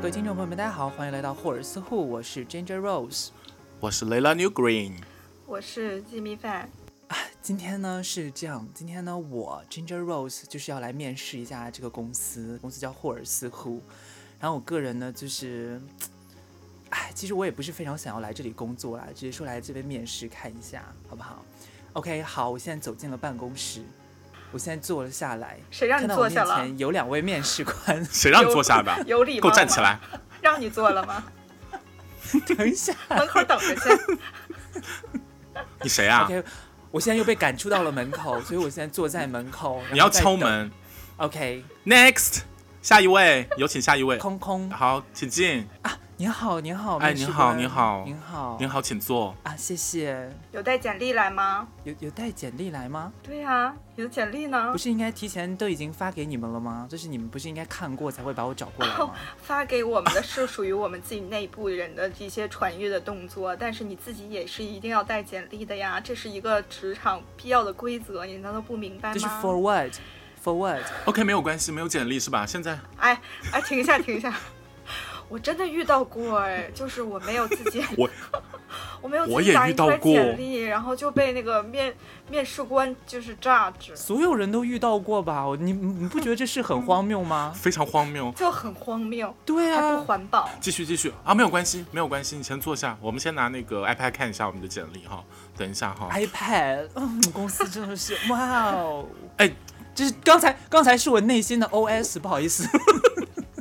各位听众朋友们，大家好，欢迎来到霍尔斯户，我是 Ginger Rose。我是雷拉 New Green，我是鸡米饭，今天呢是这样，今天呢我 Ginger Rose 就是要来面试一下这个公司，公司叫霍尔斯户。然后我个人呢就是，哎，其实我也不是非常想要来这里工作啦，只是说来这边面试看一下，好不好？OK，好，我现在走进了办公室，我现在坐了下来，谁让看你到坐我下面了？前有两位面试官，谁让你坐下 的？有礼给貌我吗？站起来！让你坐了吗？等一下。门口等着去。你谁啊 OK，我现在又被赶出到了门口，所以我现在坐在门口。然后你要在敲等。门。 OK， Next，下一位，有请下一位。空空，好，请进。您好，您好，哎面试您好官您好您好，您好，请坐。啊，谢谢。有带简历来吗？有有带简历来吗？对呀、你的简历呢不？是应该提前都已经发给你们了吗？就是你们不是应该看过才会把我找过来哦吗？发给我们的是属于我们自己内部人的一些传阅的动作，但是你自己也是一定要带简历的呀，这是一个职场必要的规则，你难道不明白就是吗？ forward，forward， OK，没有关系，没有简历是吧？现在哎哎，停一下，停一下。我真的遇到过哎，就是我没有自 己，我我没有我自也己打遇印到出来过简历，然后就被那个面面试官就是榨汁。所有人都遇到过吧？我你你不觉得这事很荒谬吗？非常荒谬。就很荒谬，对还不啊，环保。继续继续啊，没有关系，没有关系，你先坐下。我们先拿那个 iPad 看一下我们的简历哈。等一下哈。哎 iPad，嗯，公司真的 是哇哦！哎，就是刚才刚才是我内心的 OS，不好意思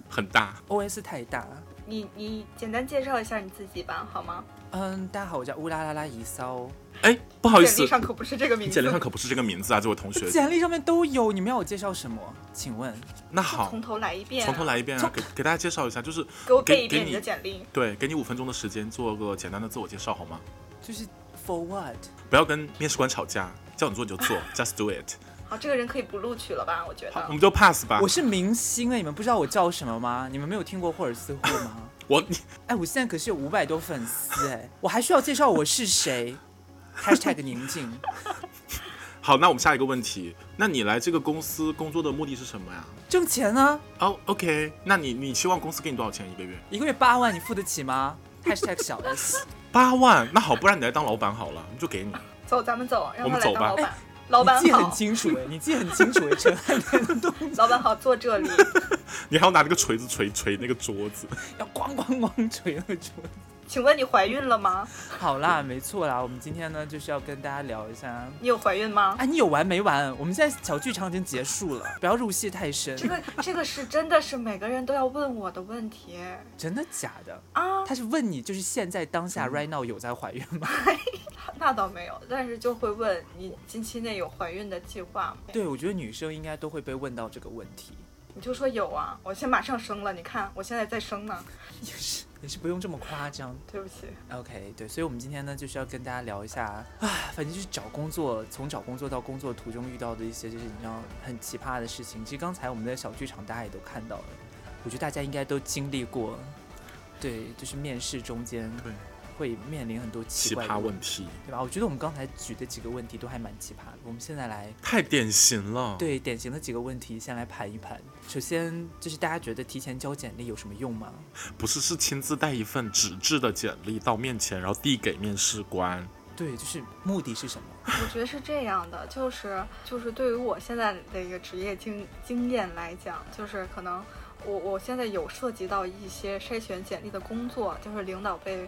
很大。 ，OS 太大了。你你简单介绍一下你自己吧，好吗？嗯，大家好，我叫乌拉拉拉姨骚，哎，不好意简思历，上可不是这个你名字。简历上可不是这个名字啊，这位同学。简历上面都有，你们要我介绍什么？请问，那好从，头来一遍啊，从头来一遍啊，给给大家介绍一下，就是给我给背一遍给你你的简历。对，给你五分钟的时间做个简单的自我介绍好吗？就是 for what？不要跟面试官吵架，叫你做你就做，just do it。好，这个人可以不录取了吧？我觉好，我得们就 pass 吧。我我是明星哎，你们不知道我叫什么吗？你们没有听过霍尔斯户吗？ 我 你哎，我现在可是有五百多粉丝哎，我还需要介绍我是谁？#hashtag 宁静。好，那我们下一个问题，那你来这个公司工作的目的是什么呀？挣钱呢，哦、o k 那你你希望公司给你多少钱一个月？一个月八万，你付得起吗？#hashtag 小 S。八万？那好，不然你来当老板好了， 我们就给你。走，咱们走，我让他们来走当吧老板。 老板你记得很好，清楚哎，你记得很清楚哎，陈汉典 的动作老板好，坐这里。 你还要拿那个锤子锤锤那个桌子。要咣咣咣捶了出来。请问你怀孕了吗？好啦，没错啦，我们今天呢就是要跟大家聊一下你有怀孕吗？啊，你有完没完？我们现在小剧场已经结束了，不要入戏太深。这个这个是真的是每个人都要问我的问题真的假的？啊，嗯他是问你，就是现在当下 right now 有在怀孕吗？ 那倒没有，但是就会问你近期内有怀孕的计划吗？对，我觉得女生应该都会被问到这个问题，你就说有啊，我现在马上生了，你看我现在在生呢。也是也是不用这么夸张。对不起， OK，对，所以我们今天呢就是要跟大家聊一下啊，反正就是找工作，从找工作到工作途中遇到的一些就是你知道很奇葩的事情。其实刚才我们的小剧场大家也都看到了，我觉得大家应该都经历过，对，就是面试中间对会面临很多奇奇怪的葩问问题对吧？我觉得我们刚才举的几个问题都还蛮奇葩的，我们现在来太典型了。，对典型的几个问题，先来盘一盘。首先就是大家觉得提前交简历有什么用吗？不是是亲自带一份纸质的简历到面前，然后递给面试官。对，就是目的是什么？我觉得是这样的，就是就是对于我现在的一个职业经经验来讲，就是可能我我现在有涉及到一些筛选简历的工作，就是领导被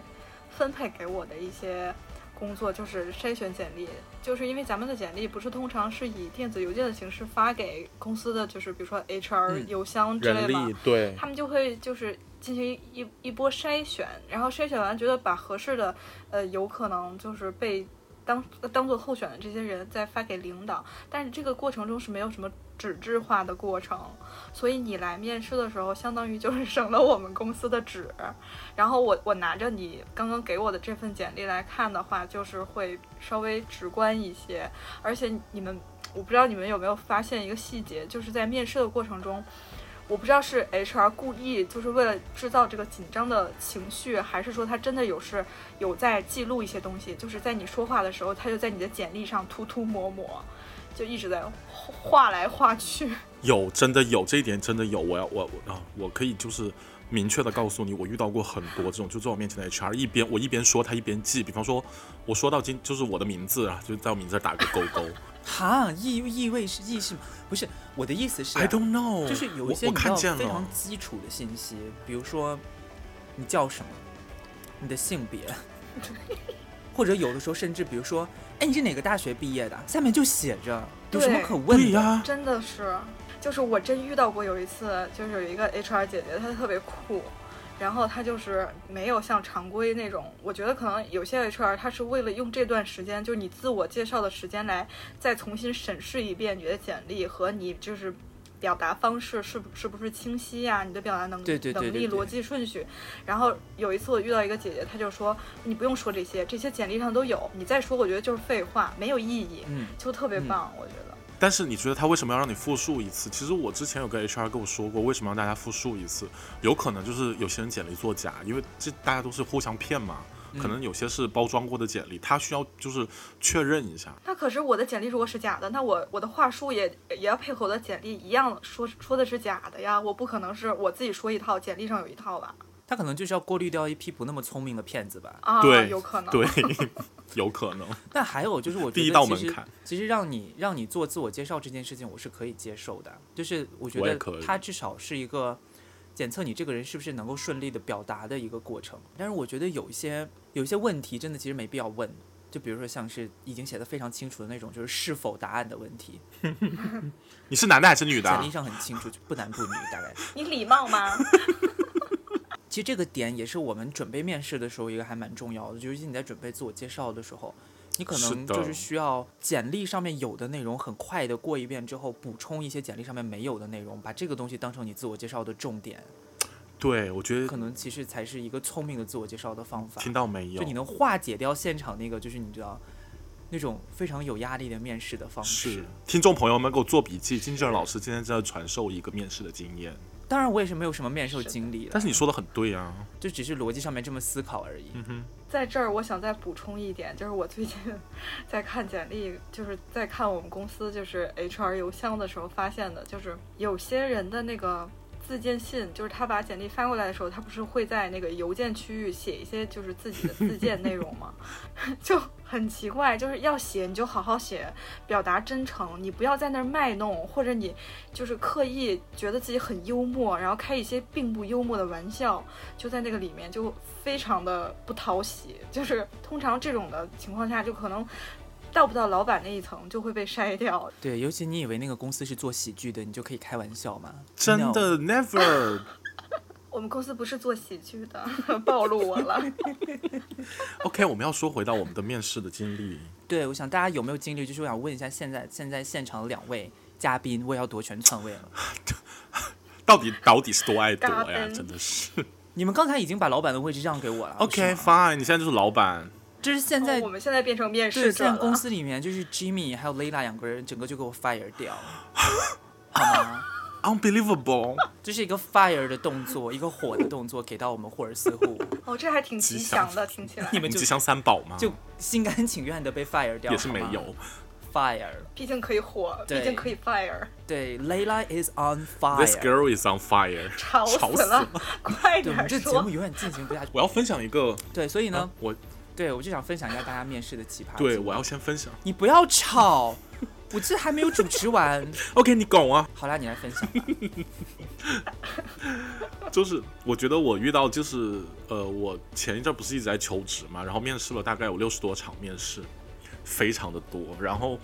分配给我的一些工作，就是筛选简历，就是因为咱们的简历不是通常是以电子邮件的形式发给公司的，就是比如说 HR 嗯邮箱之人类的。力对，他们就会就是进行一一一波筛选，然后筛选完觉得把合适的，呃，有可能就是被当当做候选的这些人再发给领导，但是这个过程中是没有什么纸质化的过程，所以你来面试的时候，相当于就是省了我们公司的纸，然后我我拿着你刚刚给我的这份简历来看的话，就是会稍微直观一些，而且你们。我不知道你们有没有发现一个细节，就是在面试的过程中，我不知道是 HR 故意就是为了制造这个紧张的情绪，还是说他真的有是有在记录一些东西，就是在你说话的时候，他就在你的简历上涂涂抹抹，就一直在画来画去。有真的有这一点真的有，我要我我啊，我可以就是明确的告诉你，我遇到过很多这种就坐我面前的 HR，一边我一边说，他一边记。比方说，我说到今就是我的名字啊，就在我名字打个勾勾。啊哈，意意味是意是不是我的意思是、啊、 I don't know，就是有一些你我知我看道见了非常基础的信息，比如说你叫什么，你的性别，或者有的时候甚至比如说，哎，你是哪个大学毕业的，下面就写着，有什么对可问的？对呀、真的是，就是我真遇到过有一次，就是有一个 HR 姐姐，她特别酷，然后她就是没有像常规那种，我觉得可能有些 HR 她是为了用这段时间，就是你自我介绍的时间来再重新审视一遍你的简历和你就是。表达方式是不是不是清晰呀、你的表达能对对对对能力、对逻辑顺序。然后有一次我遇到一个姐姐，她就说：“你不用说这些，这些简历上都有，你再说我觉得就是废话，没有意义。嗯，就特别嗯棒，我觉得。但是你觉得他为什么要让你复述一次？其实我之前有个 HR 跟我说过，为什么要大家复述一次？有可能就是有些人简历作假，因为这大家都是互相骗嘛。嗯可能有些是包装过的简历，他需要就是确认一啊下。那可是我的简历如果是假的，那我我的话术也也要配合我的简历一样说说的是假的呀，我不可能是我自己说一套，简历上有一套吧？他可能就是要过滤掉一批不那么聪明的骗子吧。啊，对，有可能。对， 有可能。但还有就是，我觉第一得道其门实槛其实让你让你做自我介绍这件事情，我是可以接受的。就是我觉我也得可以它至少是一个检测你这个人是不是能够顺利的表达的一个过程。但是我觉得有一些有一些问题真的其实没必要问，就比如说像是已经写的非常清楚的那种，就是是否答案的问题，你是男的还是女的、简啊历？上很清楚，就不男不女大概。你礼貌吗？其实这个点也是我们准备面试的时候一个还蛮重要的，尤其你在准备自我介绍的时候，你可是能的就是需要简历上面有的内容很快的过一遍之后，补充一些简历上面没有的内容，把这个东西当成你自我介绍的重点，对，我觉可得能其实才是一个聪明的自我介绍的方法。听到没有就？你能化解掉现场那个，就是你知道那种非常有压力的面试的方式是。听众朋友们给我做笔记，金正老师今天正在传授一个面试的经验。当然，我也是没有什么面授是的经历了，但是你说的很对啊，就只是逻辑上面这么思考而已。嗯哼，在这儿，我想再补充一点，就是我最近 在看简历，就是在看我们公司就是 HR 邮箱的时候发现的，就是有些人的那个自荐信，就是他把简历发过来的时候，他不是会在那个邮件区域写一些就是自己的自荐内容吗？ 就很奇怪，就是要写你就好好写，表达真诚，你不要在那儿卖弄，或者你就是刻意觉得自己很幽默，然后开一些并不幽默的玩笑，就在那个里面就非常的不讨喜，就是通常这种的情况下，就可能到不到老板那一层就会被筛掉。对，尤其你以为那个公司是做喜剧的，你就可以开玩笑嘛？真 No 的 never。我们公司不是做喜剧的， 暴露我了。 OK，我们要说回到我们的面试的经历。对，我想大家有没有经历？就是我想问一下，现在现在现场两位嘉宾，我也要夺权篡位了。到底到底是多爱多嘎呀？嘣真的是。你们刚才已经把老板的位置让给我了。 OK 是吗 fine，你现在就是老板，这是 现在、哦我们现在变成对面试现者在了。公司里面就是 Jimmy 还有 Layla 两个人，整个就给我 fire 掉，好吗？ unbelievable，这是一个 fire 的动作，一个火的动作，给到我们霍尔斯户，哦，这还挺吉祥的，听起来。你你们就吉祥三宝吗？就心甘情愿的被 fire 掉，也是好没吗有。 fire。毕竟可以火，对毕竟可以 fire，对，Layla is on This fire。 girl is on fire，吵死吵死了了！快对，我们点这节目说。永远进行不下去。我要分享一个，对，所以呢，啊我对我就想分享一下大家面试的奇葩。对我要先分享。你不要吵，我这还没有主持 完。 OK，你懂啊？好啦，你来分 享吧。就是我觉得我遇到就是呃，我前一阵不是一直在求职嘛，然后面试了大概有六十多场面试，非常的多。然后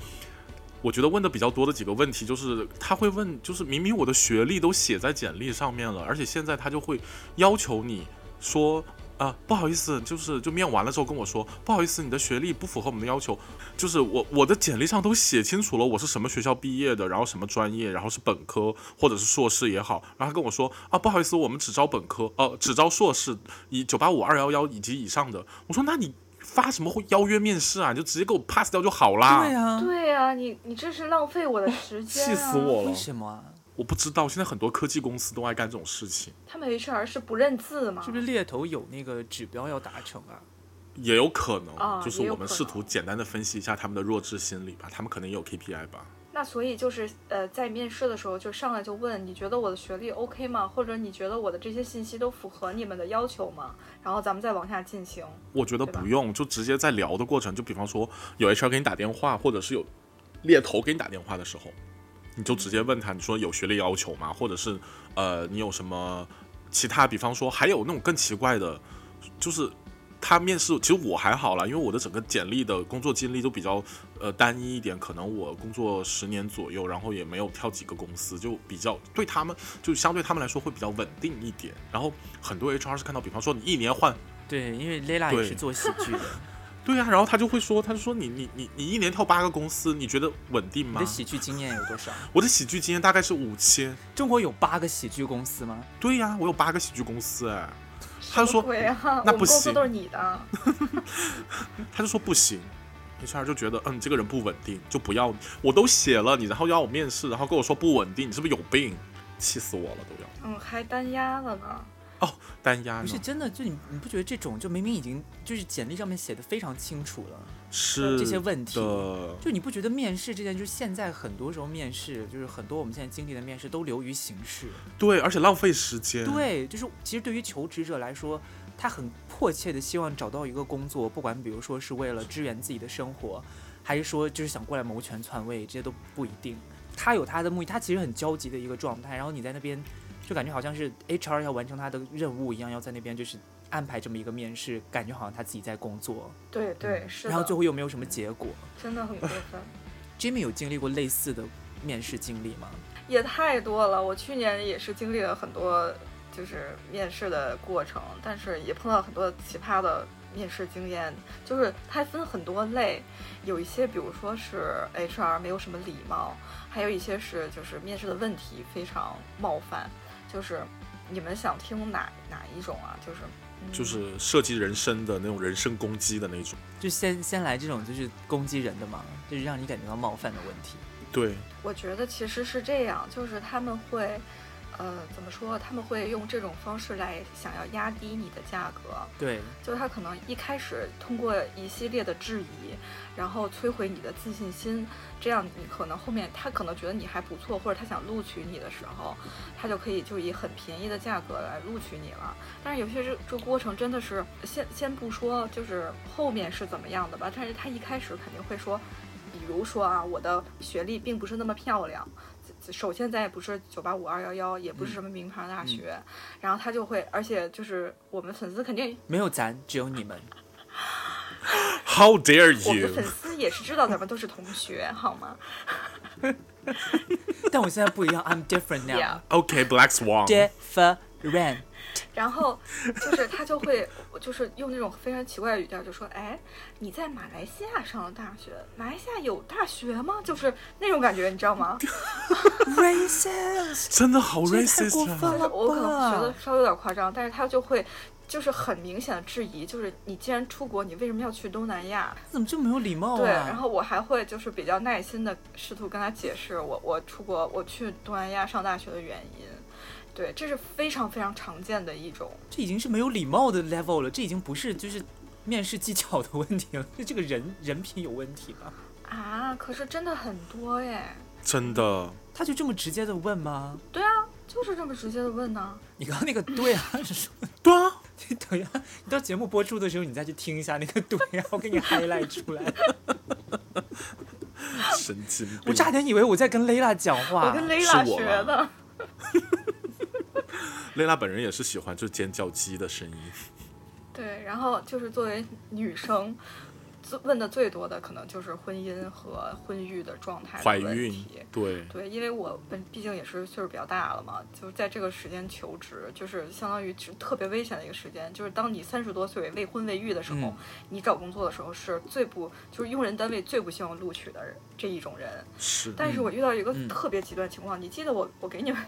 我觉得问的比较多的几个问题就是他会问，就是明明我的学历都写在简历上面了，而且现在他就会要求你说。啊，不好意思，就是就面完了之后跟我说，不好意思，你的学历不符合我们的要求。就是我我的简历上都写清楚了，我是什么学校毕业的，然后什么专业，然后是本科或者是硕士也好。然后他跟我说啊，不好意思，我们只招本科，呃，只招硕士，以九八五、二幺幺以及以上的。我说那你发什么会邀约面试啊？你就直接给我 pass 掉就好啦。对啊，对呀、啊，你你这是浪费我 的时间、气啊，死！我了为！什么啊？我不知道，现在很多科技公司都爱干这种事情，他们 HR 是不认字吗？是不是猎头有那个指标要达成啊？也有可能，啊就是也有我们可试能图简单的分析一下他们的弱智心理吧，他们可能也有 KPI 吧。那所以就是呃，在面试的时候就上来就问你觉得我的学历 OK 吗？或者你觉得我的这些信息都符合你们的要求吗？然后咱们再往下进行。我觉得对吧不用，就直接在聊的过程，就比方说有 HR 给你打电话，或者是有猎头给你打电话的时候，你就嗯直接问他，你说有学历要求吗？或者是呃，你有什么其他？比方说还有那种更奇怪的，就是他面试，其实我还好啦，因为我的整个简历的工作经历都比较呃单一一点，可能我工作十年左右，然后也没有跳几个公司，就比较对他们就相对他们来说会比较稳定一点。然后很多 HR 是看到，比方说你一年换对，因为 Lela 也对是做喜剧的，对啊呀、然后他就会说，他就说你你你你一年跳八个公司，你觉得稳定你吗的？喜剧经验有多少？我的喜剧经验大概是五千。中国有八个喜剧公司吗？对呀、我有八个喜剧公司哎，他就什么说鬼啊，我那们不公司行都是你的，他就说不行，HR 就觉得嗯这个人不稳定，就不要我都写了你，然后要我面试，然后跟我说不稳定，你是不是有病？气死我了都要嗯，还单压了呢。单压不呢是？真的，就你你不觉得这种就明明已经就是简历上面写的非常清楚了，是呃这些问题的，就你不觉得面试这件，就是现在很多时候面试，就是很多我们现在经历的面试都流于形式。对，而且浪费时间。对，就是其实对于求职者来说，他很迫切的希望找到一个工作，不管比如说是为了支援自己的生活，还是说就是想过来谋权篡位，这些都不一定。他有他的目的，他其实很焦急的一个状态。然后你在那边，就感觉好像是 HR 要完成他的任务一样，要在那边就是安排这么一个面试，感觉好像他自己在工作，对对，是的。然后最后又没有什么结果。真的很过分。 Jimmy 有经历过类似的面试经历吗？也太多了。我去年也是经历了很多就是面试的过程，但是也碰到很多奇葩的面试经验。就是它分很多类，有一些比如说是 HR 没有什么礼貌，还有一些是就是面试的问题非常冒犯。就是你们想听哪哪一种啊？就是、嗯、就是涉及人生的那种人身攻击的那种。就先先来这种就是攻击人的嘛，就是让你感觉到冒犯的问题。对，我觉得其实是这样，就是他们会，呃，怎么说？他们会用这种方式来想要压低你的价格。对，就是他可能一开始通过一系列的质疑，然后摧毁你的自信心，这样你可能后面他可能觉得你还不错，或者他想录取你的时候，他就可以就以很便宜的价格来录取你了。但是有些这这过程真的是先先不说，就是后面是怎么样的吧，但是他一开始肯定会说，比如说啊，我的学历并不是那么漂亮。首先，咱也不是九八五二幺幺，也不是什么名牌大学，然后他就会，而且就是我们粉丝肯定没有咱，只有你们。 How dare 我们 的 you？粉丝也是知道咱们都是同学，好吗但我现在不一样，I'm different ？Yeah， now. OK，Black、Swan。 Different. 然后就是他就会，就是用那种非常奇怪的语调就说：“哎，你在马来西亚上的大学，马来西亚有大学吗？”就是那种感觉，你知道吗？ Racist. 真的好这也太 racist 过分啊！了我可能觉得吧？稍微有点夸张，但是他就会。就是很明显的质疑，就是你既然出国，你为什么要去东南亚？怎么就没有礼貌啊？对，然后我还会就是比较耐心的试图跟他解释我我出国我去东南亚上大学的原因，对，这是非常非常常见的一种这已经是没有礼貌的 level 了，这已经不是就是面试技巧的问题了，就这个人人品有问题吧？啊，可是真的很多耶，真的，他就这么直接的问吗？啊就是这么直接的问呢、你刚刚那个对啊，是说对啊，你等一下，你到节目播出的时候，你再去听一下那个对啊，我给你 highlight 出来。神经病！ 我差点以为我在跟 Layla 讲话。我跟雷是拉我吧学的，蕾拉本人也是喜欢就是尖叫鸡的声音。对，然后就是作为女生。最问的最多的可能就是婚姻和婚育的状态的怀问孕题，对，对，因为我本毕竟也是岁数比较大了嘛，就是在这个时间求职，就是相当于是特别危险的一个时间。就是当你三十多岁未婚未育的时候，嗯你找工作的时候是最不就是用人单位最不希望录取的人这一种人。是但是我遇到一个嗯特别极端情况，你记得我我给你们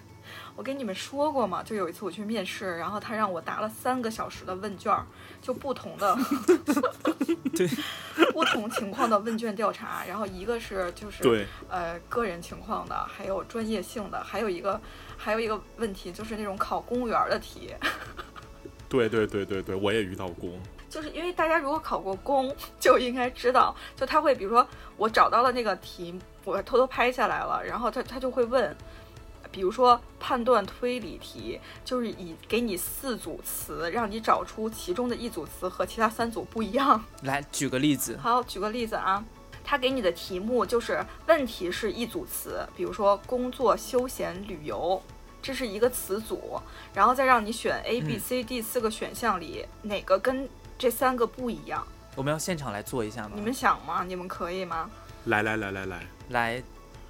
我给你们说过吗？就有一次我去面试，然后他让我答了三个小时的问卷儿，就不同的 对不同情况的问卷调查，然后一个是就是对，呃个人情况的，还有专业性的，还有一个还有一个问题就是那种考公务员的题，对对对对对，我也遇到过。就是因为大家如果考过公，就应该知道，就他会比如说我找到了那个题，我偷偷拍下来了，然后他他就会问，比如说判断推理题，就是以给你四组词，让你找出其中的一组词和其他三组不一样。来举个例子，好，举个例子啊，他给你的题目就是问题是一组词，比如说工作、休闲、旅游，这是一个词组，然后再让你选 A、B、嗯 C、D 四个选项里哪个跟这三个不一样。我们要现场来做一下吗你？们想吗？你们可以吗？来来来来来，来，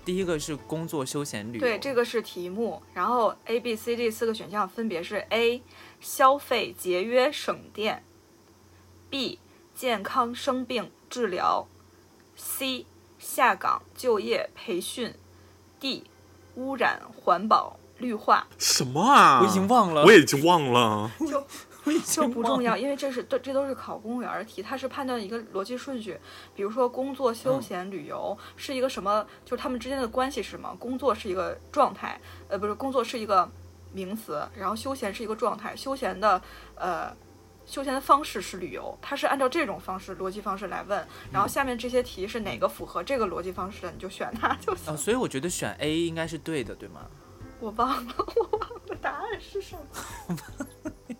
第一个是工作、休闲、旅游。对，这个是题目，然后 A、B、C、D 四个选项分别是 A 消费节约省电，B 健康生病治疗，C 下岗就业培训，D 污染环保绿化。什么啊？我已经忘了，我也已经忘了。我已这经不忘重了。要，因为这是都这都是考公务员儿题，它是判断一个逻辑顺序。比如说工作、休嗯闲、旅游是一个什么，就是他们之间的关系是什么？工作是一个状态，呃，不是工作是一个名词，然后休闲是一个状态，休闲的呃。休闲的方式是旅游，它是按照这种方式逻辑方式来问，然后下面这些题是哪个符合这个逻辑方式的，你就选它就行呃，。所以我觉得选 A 应该是对的，对吗？ 我忘了， 我忘了答案是什么。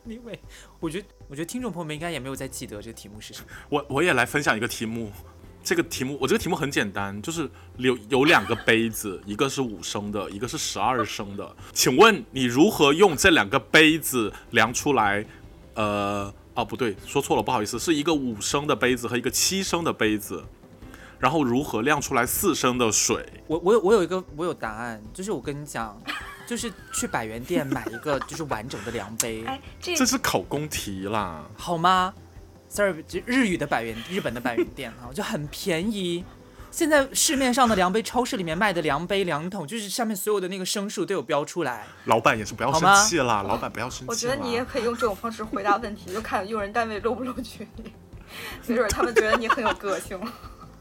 因为我觉得，我觉得听众朋友们应该也没有在记得这个题目是什么。我我也来分享一个题目，这个题目我这个题目很简单，就是有有两个杯子， 一个是五升的，一个是十二升的。请问你如何用这两个杯子量出来？呃，哦不对，说错了，不好意思，是一个五升的杯子和一个七升的杯子，然后如何量出来四升的水？我我有我有一个我有答案，就是我跟你讲，就是去百元店买一个就是完整的量杯，哎，这这是考公题啦。好吗？Sir，就日语的百元，日本的百元店哈，就很便宜。现在市面上的量杯，超市里面卖的量杯、量桶，就是上面所有的那个升数都有标出来。老板也是不要好生吗气啦，老板不要生气啦。我觉得你也可以用这种方式回答问题，就 看用人单位录不录取你。 没准他们觉得你很有个性。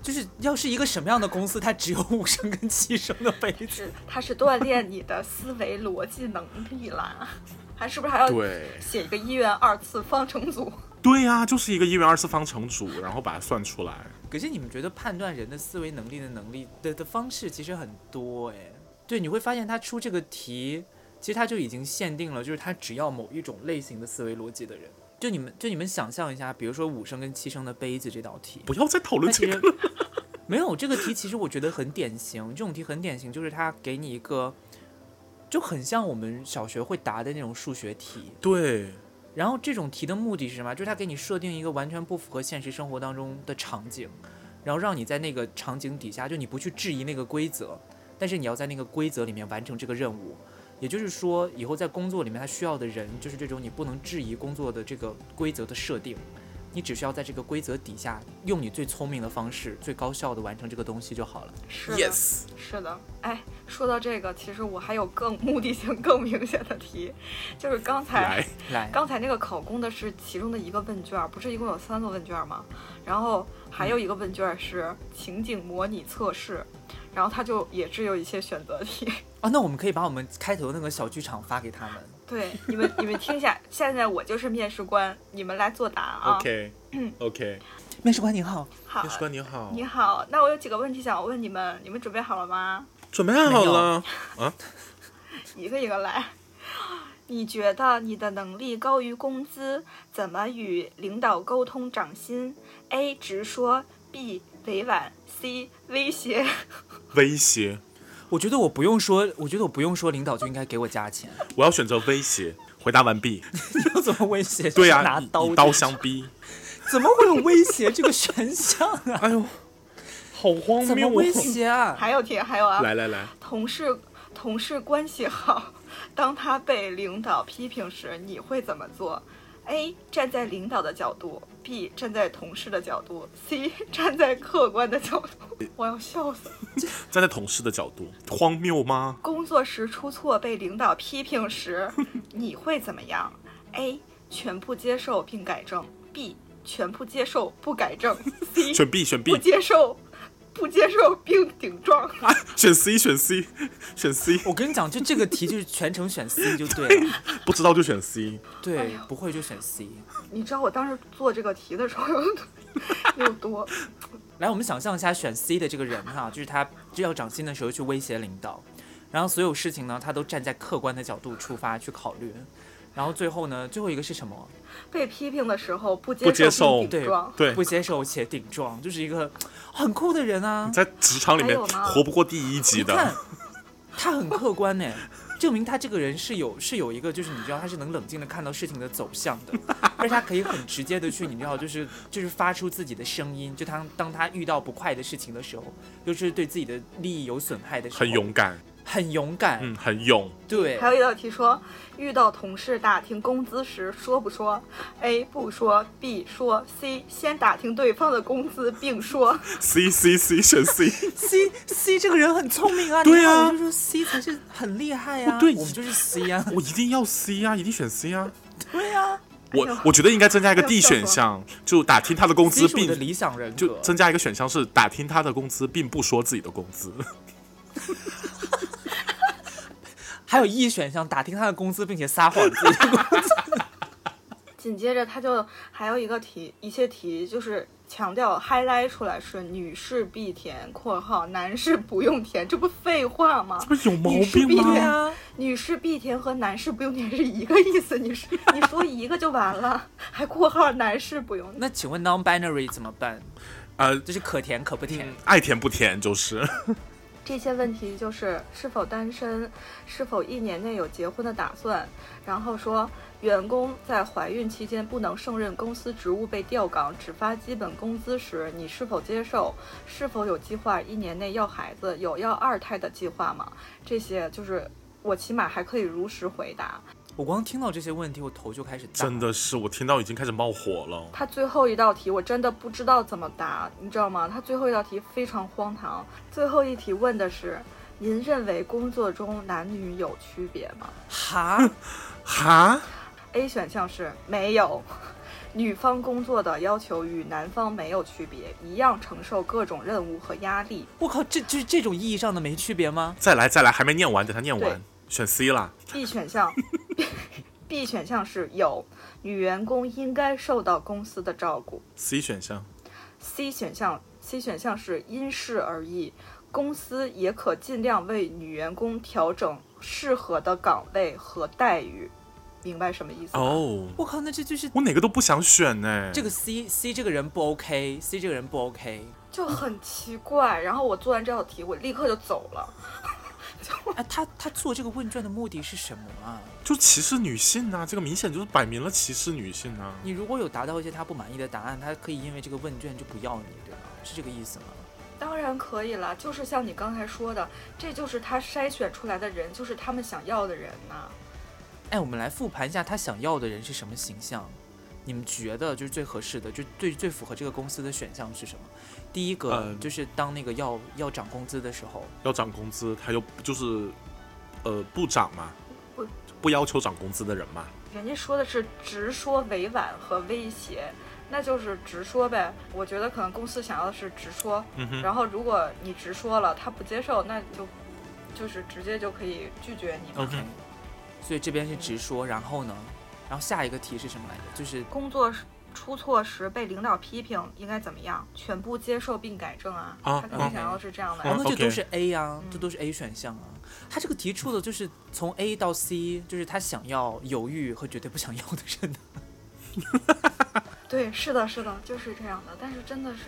就是要是一个什么样的公司，它只有五升跟七升的杯子？ 是，他是锻炼你的思维逻辑能力啦， 还是不是还要对写一个一元二次方程组？对呀、就是一个一元二次方程组，然后把它算出来。 可是你们觉得判断人的思维能力的能力的的方式其实很多哎，对，你会发现他出这个题，其实他就已经限定了，就是他只要某一种类型的思维逻辑的人。就你们就你们想象一下，比如说五升跟七升的杯子这道题，不要再讨论它这其个实没有这个题，其实我觉得很典型，这种题很典型，就是它给你一个就很像我们小学会答的那种数学题，对，然后这种题的目的是什么？就是它给你设定一个完全不符合现实生活当中的场景，然后让你在那个场景底下，就你不去质疑那个规则，但是你要在那个规则里面完成这个任务。也就是说，以后在工作里面，它需要的人就是这种你不能质疑工作的这个规则的设定，你只需要在这个规则底下，用你最聪明的方式、最高效的完成这个东西就好了。 是的 Yes，是的，哎，说到这个，其实我还有更目的性更明显的题，就是刚才来，来，刚才那个考公的是其中的一个问卷儿，不是一共有三个问卷儿吗？然后还有一个问卷儿是情景模拟测试，然后它就也只有一些选择题。 啊，那我们可以把我们开头那个小剧场发给他们。对，你们你们听一下，现在我就是面试官，你们来作答啊。 OK OK，面试官您好，好叶，叔官你好，你好，那我有几个问题想问你们，你们准备好了吗？准备好了？一个一个来。你觉得你的能力高于工资，怎么与领导沟通涨薪？A 直说，B 委婉，C 威胁。威胁，我觉得我不用说，我觉得我不用说，领导就应该给我加钱。我要选择威胁。回答完毕。 要怎么威胁？对呀、拿以刀以去刀相逼。 怎么会有威胁这个选项啊？哎呦，好荒怎么谬！威胁啊？还有题，还有啊，来来来，同事同事关系好， 当他被领导批评时，你会怎么做？A 站在领导的角度，B 站在同事的角度，C 站在客观的角呃度。我要笑死了！站在同事的角度，荒谬吗？工作时出错被领导批 评时，你会怎么样？A 全部接受并改正，B 全部接受不改正 ，C 选 B，选 B 不。接受不接受并顶 撞。选 C，选 C，选 C，我跟你讲，就这个题就是全程选 C 就对了，不知道就选 C。对，哎呦不会就选 C。你知道我当时做这个题的时候有多 有多来，我们想象一下选 C 的这个人哈，就是他就要涨薪的时候去威胁领导，然后所有事情呢，他都站在客观的角度出发去考虑，然后最后呢，最后一个是什么？被批评的时候不接不接受受并顶对撞。对不接受且顶撞，就是一个很酷的人啊你。在职场里还面有吗活不过第一集你看的，，他很客观呢，证明他这个人是有是有一个，就是你知道他是能冷静的看到事情的走向 的，而且他可以很直接的去，你知道，就是就是发出自己的声音，就他当他遇到不快的事情的时候，就是对自己的利益有损害的时候，很勇敢，很勇敢，嗯，很勇。对 还，有一道题说，遇到同事打听工资时说不说？A 不说，B 说，C 先打听对方的工资并说。 C C C 选 C， C C 这个人很聪明啊，对你看啊我就说 C 才是很厉害啊，哦对我们就是 C 啊，我一定要 C 啊，一定选 C 啊。对啊哎呦我我觉得应该增加一个哎呦 D 笑死选项，就打听他的工，C 资是我的并理想人格，就增加一个选项是打听他的工资，并不说自己的工资。还有 E 选项，打听他的工资，并且撒谎自己的工资。紧接着他就还有一个题，一些题就是强调 highlight 出来是女士必填（括号男士不用填），这不废话吗？不是 有毛女士必病填吗？啊，女士必填和男士不用填是一个意思，你是你说一个就完了， 还括号男士不用。 那请问 non-binary 怎么办？呃，就是可甜可不甜。爱填不填就是。这些问题就是是否单身，是否一年内有结婚的打算，然后说员工在怀孕期间不能胜任公司职务被调岗，只发基本工资时，你是否接受？是否有计划一年内要孩子？有要二胎的计划吗？这些就是我起码还可以如实回答。我光听到这些问题，我头就开始大。真，的是，我听到已经开始冒火了。他最后一道题我真的不知道怎么答，你知道吗？他最后一道题非常荒唐，最后一题问的是：您认为工作中男女有区别吗？ 哈，哈， A 选项是没有， 女方工作的要求与男方没有区别，一样承受各种任务和压力。我靠，这就是这种意义上的没区别吗？再来再来，还没念完，等他念完对，选 C 啦。 B 选项 ，B 选项是有，女员工应该受到公司的照顾。 C 选项 C 选项，C 选项是因事而异，公司也可尽量为女员工调整适合的岗位和待遇。明白什么意思吗？哦，我靠，那这就是我哪个都不想选呢。这个 C C 这个人不 OK，C 这个人不 OK。就很奇怪。然后我做完这道题，我立刻就走了。哎，他他做这个问卷的目的是什么啊？就歧视女性呐、这个明显就是摆明了歧视女性啊呐、你如果有达到一些他不满意的答案，他可以因为这个问卷就不要你，对吧？是这个意思吗？当然可以了，就是像你刚才说的，这就是他筛选出来的人，就是他们想要的人呐、哎，我们来复盘一下他想要的人是什么形象。你们觉得就是最合适的，就最最符合这个公司的选项是什么？第一个嗯就是当那个要、要涨工资的时候，要涨工资，他又就是呃不涨嘛不，不要求涨工资的人嘛。人家说的是直说、委婉和威胁，那就是直说呗。我觉得可能公司想要的是直说，嗯哼，然后如果你直说了，他不接受，那就就是直接就可以拒绝你嗯嘛。哼所以这边是直说，然后呢，然后下一个题是什么来着？就是工作时出错时被领导批评应该怎么样？全部接受并改正啊！啊他肯定嗯想要的是这样的呀。哦，那这 OK 都是 A 啊嗯，这都是 A 选项啊。他这个题出的就是从 A 到 C，就是他想要、犹豫和绝对不想要的人。对，是的，是的，就是这样的。但是真的是。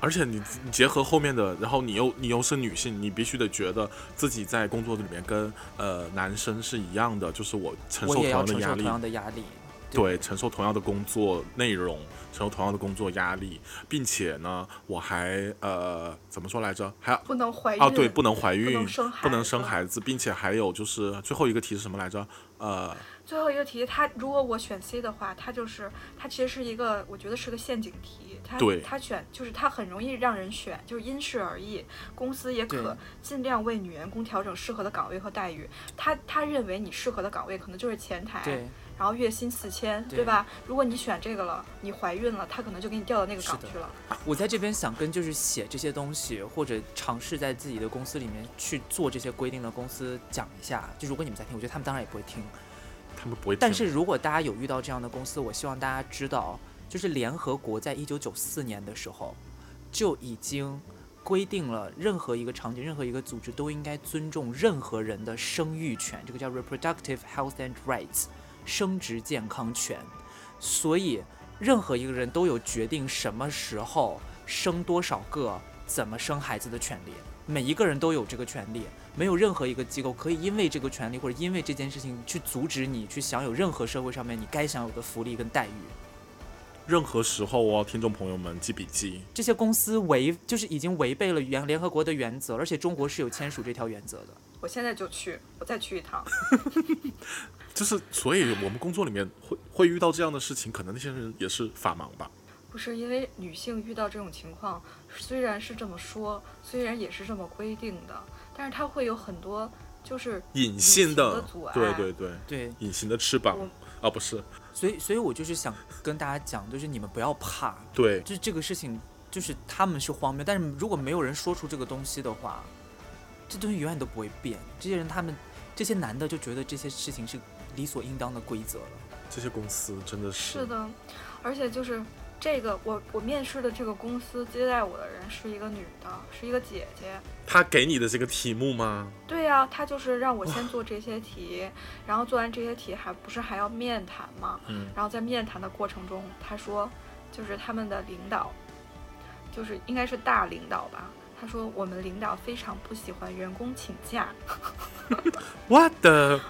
而且你你结合后面的，然后你又你又是女性，你必须得觉得自己在工作里面跟呃男生是一样的，就是我承我受同也要样的承压受力同，样的压力。对，承受同样的工作内容，承受同样的工作压力，并且呢，我还呃怎么说来着？还不能怀孕啊，对，不能怀孕，不能生孩不子能生孩子，并且还有就是最后一个题是什么来着？呃，最后一个题，它如果我选 C 的话，它就是它其实是一个，我觉得是个陷阱题。它对它选就是它很容易让人选，就是因事而异。公司也对可尽量为女员工调整适合的岗位和待遇。他他认为你适合的岗位可能就是前台，对，然后月薪四千，对对吧？如果你选这个了，你怀孕了，他可能就给你调到那个是岗的去了。我在这边想跟就是写这些东西，或者尝试在自己的公司里面去做这些规定的公司讲一下。就如果你们在听，我觉得他们当然也不会听。他们不会听的。但是如果大家有遇到这样的公司，我希望大家知道，就是联合国在一九九四年的时候就已经规定了，任何一个场景、任何一个组织都应该尊重任何人的生育权，这个叫 reproductive health and rights，生殖健康权。所以，任何一个人都有决定什么时候生多少个、怎么生孩子的权利。每一个人都有这个权利，没有任何一个机构可以因为这个权利或者因为这件事情去阻止你去享有任何社会上面你该享有的福利跟待遇。任何时候哦，听众朋友们记笔记，这些公司违就是已经违背了原联合国的原则，而且中国是有签署这条原则的。我现在就去，我再去一趟。就是所以我们工作里面会会遇到这样的事情，可能那些人也是法盲吧。不是因为女性遇到这种情况，虽然是这么说，虽然也是这么规定的，但是她会有很多就是隐性隐形的阻碍对对对，对，隐形的翅膀我啊，不是，所以所以我就是想跟大家讲，就是你们不要怕，对就是这个事情，就是他们是荒谬，但是如果没有人说出这个东西的话，这东西永远都不会变。这些人他们这些男的就觉得这些事情是理所应当的规则了。这些公司真的是是的，而且就是这个我我面试的这个公司接待我的人是一个女的，是一个姐姐。他给你的这个题目吗？对呀、她就是让我先做这些题，然后做完这些题还不是还要面谈吗？嗯，然后在面谈的过程中，他说，就是他们的领导，就是应该是大领导吧。他说我们领导非常不喜欢员工请假， What the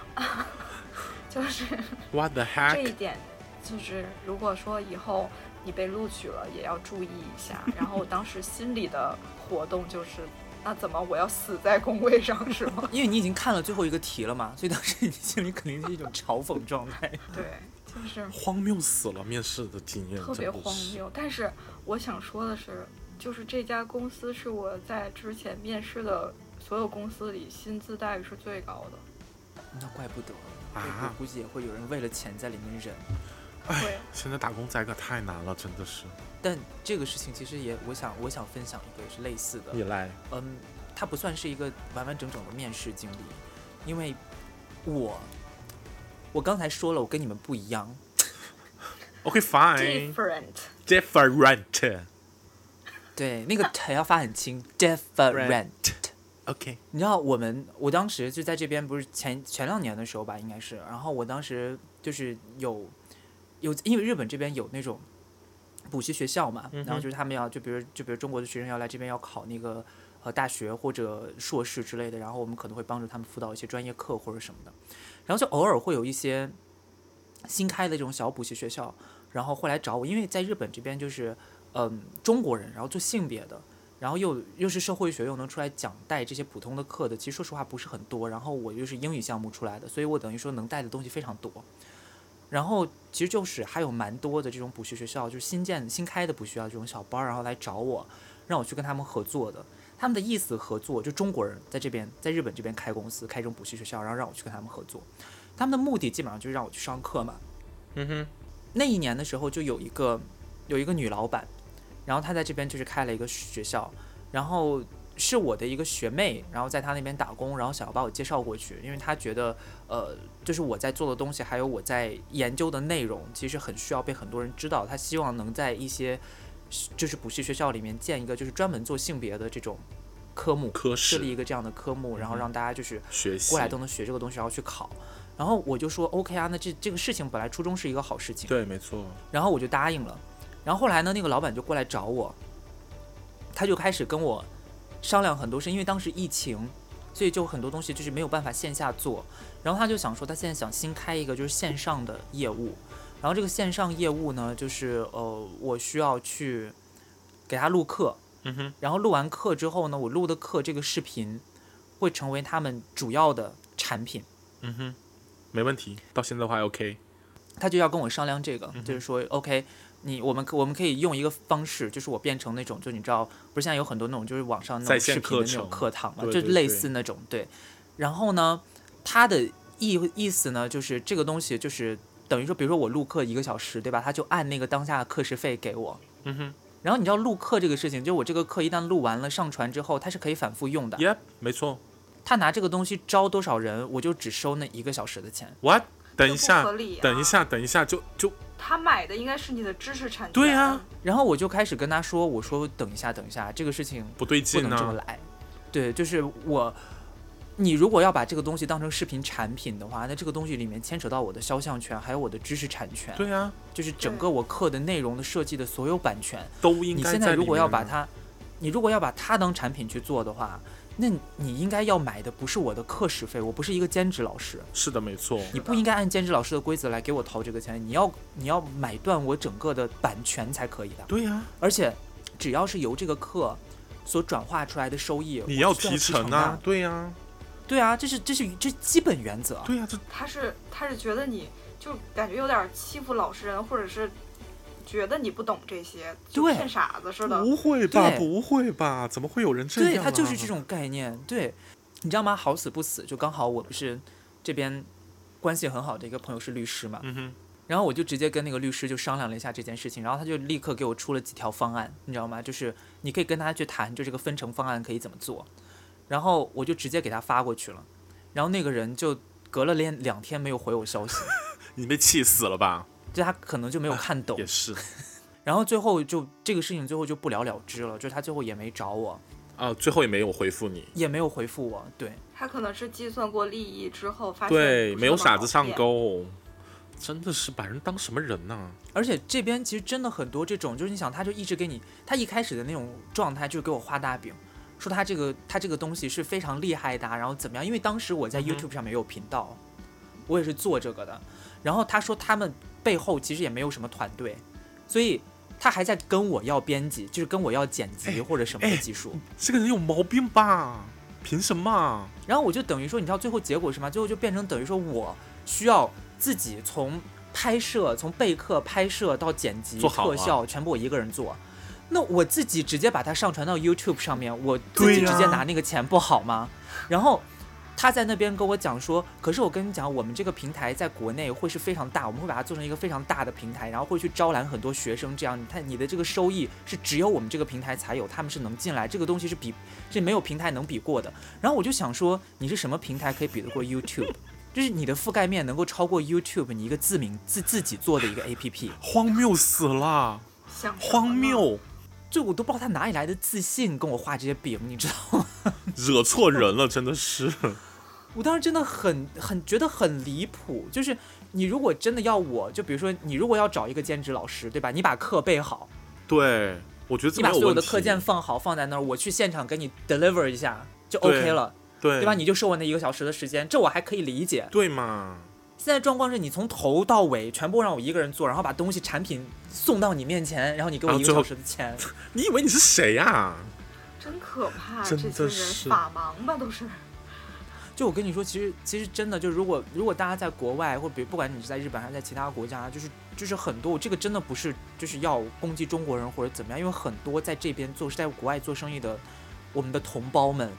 就是 What the 这一 heck？点，就是如果说以后你被录取了，也要注意一下。然后我当时心里的活动就是，那怎么我要死在工位上是吗？ 因为你已经看了最后一个题了嘛， 所以当时你心里肯定是一种嘲讽状态。对，就是荒谬死了！面试的经验特别真的荒是谬。但是我想说的是，就是这家公司是我在之前面试的所有公司里薪资待遇是最高的。 那怪不得， 我啊我！估计也会有人为了钱在里面忍。哎对，现在打工仔可太难了，真的是。但这个事情其实也，我想我想分享一个也是类似的，来，嗯，它不算是一个完完整整的面试经历，因为我我刚才说了，我跟你们不一样， OK fine different。 different 对，那个 t 要发很 轻，different。 OK 你知道我们，我当时就在这边，不是前前两年的时候吧，应该是。然后我当时就是有有，因为日本这边有那种补习学校嘛，然后就是他们要就比如就比如中国的学生要来这边要考那个呃大学或者硕士之类的，然后我们可能会帮助他们辅导一些专业课或者什么的。然后就偶尔会有一些新开的这种小补习学校，然后会来找我，因为在日本这边就是嗯中国人，然后做性别的，然后又又是社会学，又能出来讲带这些普通的课的，其实说实话不是很多。然后我又是英语项目出来的，所以我等于说能带的东西非常多。然后其实就是还有蛮多的这种补习学校，就是新建新开的补习学校这种小班儿，然后来找我，让我去跟他们合作的。他们的意思合作，就中国人在这边在日本这边开公司开这种补习学校，然后让我去跟他们合作。他们的目的基本上就是让我去上课嘛。嗯哼，那一年的时候就有一个有一个女老板，然后她在这边就是开了一个学校，然后是我的一个学妹，然后在她那边打工，然后想要把我介绍过去，因为她觉得呃，就是我在做的东西，还有我在研究的内容，其实很需要被很多人知道，她希望能在一些就是补习学校里面建一个就是专门做性别的这种科目，科设立室一个这样的科目，然后嗯哼让大家就是学习过来都能学这个东西，然后去考。然后我就说 OK 啊，那这这个事情本来初衷是一个好事情，对，没错，然后我就答应了。然后后来呢，那个老板就过来找我，他就开始跟我商量很多事，因为当时疫情，所以就很多东西就是没有办法线下做。然后他就想说，他现在想新开一个就是线上的业务，然后这个线上业务呢，就是呃，我需要去给他录课，嗯哼，然后录完课之后呢，我录的课这个视频会成为他们主要的产品。嗯哼，没问题，到现在的话还 OK，他就要跟我商量嗯这个，就是说，OK，你我们可我们可以用一个方式，就是我变成那种，就你知道，不是现在有很多那种就是网上那在种线视频的课那种程课堂嘛，对就对类对似那种对。然后呢，他的意意思呢，就是这个东西就是等于说，比如说我录课一个小时，对吧？他就按那个当下的课时费给我。嗯哼然后你知道录课这个事情，就我这个课一旦录完了上传之后，它是可以反复用的。 ，Yep，没错。他拿这个东西招多少人，我就只收那一个小时的钱。 What？等一这不下合理啊，等一下，等一下，就就他买的应该是你的知识产权。对啊然后我就开始跟他说：“我说等一下，等一下，这个事情不对不劲啊能这么呢。来。对，就是我，你如果要把这个东西当成视频产品的话，那这个东西里面牵扯到我的肖像权，还有我的知识产权，对啊，就是整对个我课的内容的设计的所有版权。都应你该现在里如果要面把呢它，你如果要把它当产品去做的话，那你应该要买的不是我的课时费，我不是一个兼职老师，是的，没错。你不应该按兼职老师的规则来给我投这个钱，你要你要买断我整个的版权才可以的。对啊呀，而且，只要是由这个课所转化出来的收益，你我要就提成成啊，对呀，对啊，这是这是这是基本原则。对啊呀，这他是他是觉得你就感觉有点欺负老实人，或者是觉得你不懂这些，就对骗傻子似的。不会吧？对不会吧？怎么会有人这对，样啊？它就是这种概念。对，你知道吗？好死不死，就刚好我不是这边关系很好的一个朋友是律师嘛，嗯哼，然后我就直接跟那个律师就商量了一下这件事情，然后他就立刻给我出了几条方案，你知道吗？就是你可以跟他去谈，就这个分成方案可以怎么做。然后我就直接给他发过去了，然后那个人就隔了连两天没有回我消息，你被气死了吧？就他可能就没有看懂啊也，是然后最后就这个事情最后就不了了之了，就他最后也没找我，啊，最后也没有回复你。也没有回复我，对。他可能是计算过利益之后发现对，不是没有那么傻好子上骗。钩，真的是把人当什么人呢、而且这边其实真的很多这种，就是你想，他就一直给你，他一开始的那种状态就是给我画大饼，说他这个他这个东西是非常厉害的啊、然后怎么样？因为当时我在嗯哼 YouTube 上面有频道，我也是做这个的。然后他说他们背后其实也没有什么团队，所以他还在跟我要编辑，就是跟我要剪哎辑或者什么的技术。这个人有毛病吧？凭什么啊？然后我就等于说，你知道最后结果是什么？最后就变成等于说我需要自己从拍摄、从备课、拍摄到剪辑、做好啊特效，全部我一个人做。那我自己直接把它上传到 YouTube 上面，我自己对呀直接拿那个钱不好吗？然后他在那边跟我讲说，可是我跟你讲，我们这个平台在国内会是非常大，我们会把它做成一个非常大的平台，然后会去招揽很多学生，这样你看你的这个收益是只有我们这个平台才有，他们是能进来，这个东西是比是没有平台能比过的。然后我就想说，你是什么平台可以比得过 YouTube？就是你的覆盖面能够超过 YouTube，你一个自名自自己做的一个 APP，荒谬死了，想什么荒呢，谬，就我都不知道他哪里来的自信跟我画这些饼，你知道吗？惹错人了，真的是。我当时真的很很觉得很离谱，就是你如果真的要我，就比如说你如果要找一个兼职老师，对吧？你把课备好， 对，我觉得这你没把有所有问的题课。件放好放在那儿，我去现场给你 deliver 一下就对 OK 了，对，对吧？？你就收我那一个小时的时间，这我还可以理解。对嘛？现在状况是你从头到尾全部让我一个人做，然后把东西产品送到你面前，然后你给我然后一个最后小时的钱，你以为你是谁呀、真可怕！真这的些人是法盲吧，都是。就我跟你说，其实其实真的就如果如果大家在国外，或比如不管你是在日本还是在其他国家，就是就是很多，我这个真的不是就是要攻击中国人或者怎么样，因为很多在这边做是在国外做生意的我们的同胞们，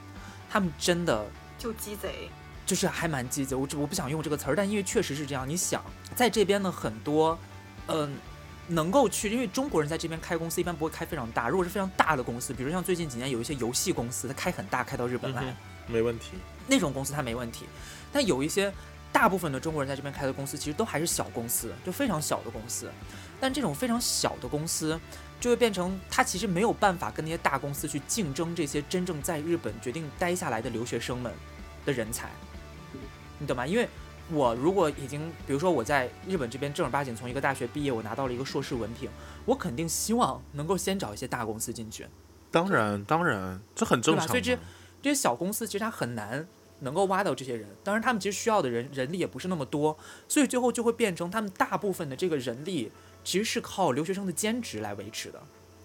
他们真的就鸡贼，就是还蛮积极。我只我不想用这个词儿，但因为确实是这样。你想，在这边呢，很多，嗯、能够去，因为中国人在这边开公司一般不会开非常大，如果是非常大的公司，比如像最近几年有一些游戏公司，它开很大，开到日本嗯来，哼，没问题。那种公司它没问题。但有一些大部分的中国人在这边开的公司，其实都还是小公司，就非常小的公司。但这种非常小的公司，就会变成它其实没有办法跟那些大公司去竞争这些真正在日本决定待下来的留学生们的人才，你懂吗？因为我如果已经，比如说我在日本这边正儿八经从一个大学毕业，我拿到了一个硕士文凭，我肯定希望能够先找一些大公司进去。当然，当然，这很正对吧常嘛。所以这这些小公司其实它很难能够挖到这些人，当然他们其实需要的人人力也不是那么多，所以最后就会变成他们大部分的这个人力其实是靠留学生的兼职来维持的，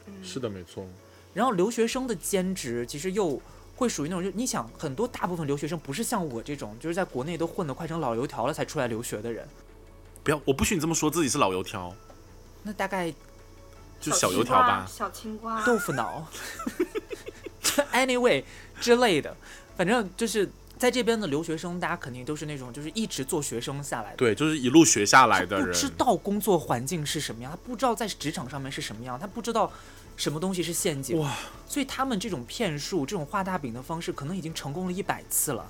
嗯，是的，没错。然后留学生的兼职其实又。会属于那种，就你想，很多大部分留学生不是像我这种，就是在国内都混得快成老油条了才出来留学的人，不要，我不许你这么说自己是老油条，那大概哦就是小青油条瓜吧。小青 瓜，豆腐脑就，anyway 之类的，反正就是在这边的留学生，大家肯定都是那种就是一直做学生下来的，对，就是一路学下来的不人，知道工作环境是什么样，他不知道在职场上面是什么样，他不知道什么东西是陷阱，哇，所以他们这种骗术、这种画大饼的方式，可能已经成功了一百次了，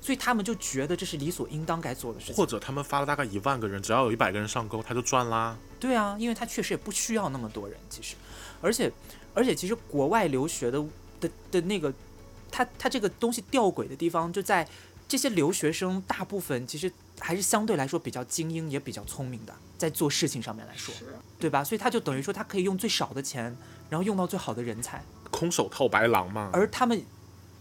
所以他们就觉得这是理所应当该做的事情。或者他们发了大概一万个人，只要有一百个人上钩，他就赚啦。对啊，因为他确实也不需要那么多人，其实，而且，而且其实国外留学的的的那个，他他这个东西吊诡的地方就在这些留学生大部分其实还是相对来说比较精英，也比较聪明的，在做事情上面来说。是对吧？所以他就等于说，他可以用最少的钱，然后用到最好的人才，空手套白狼嘛，而他们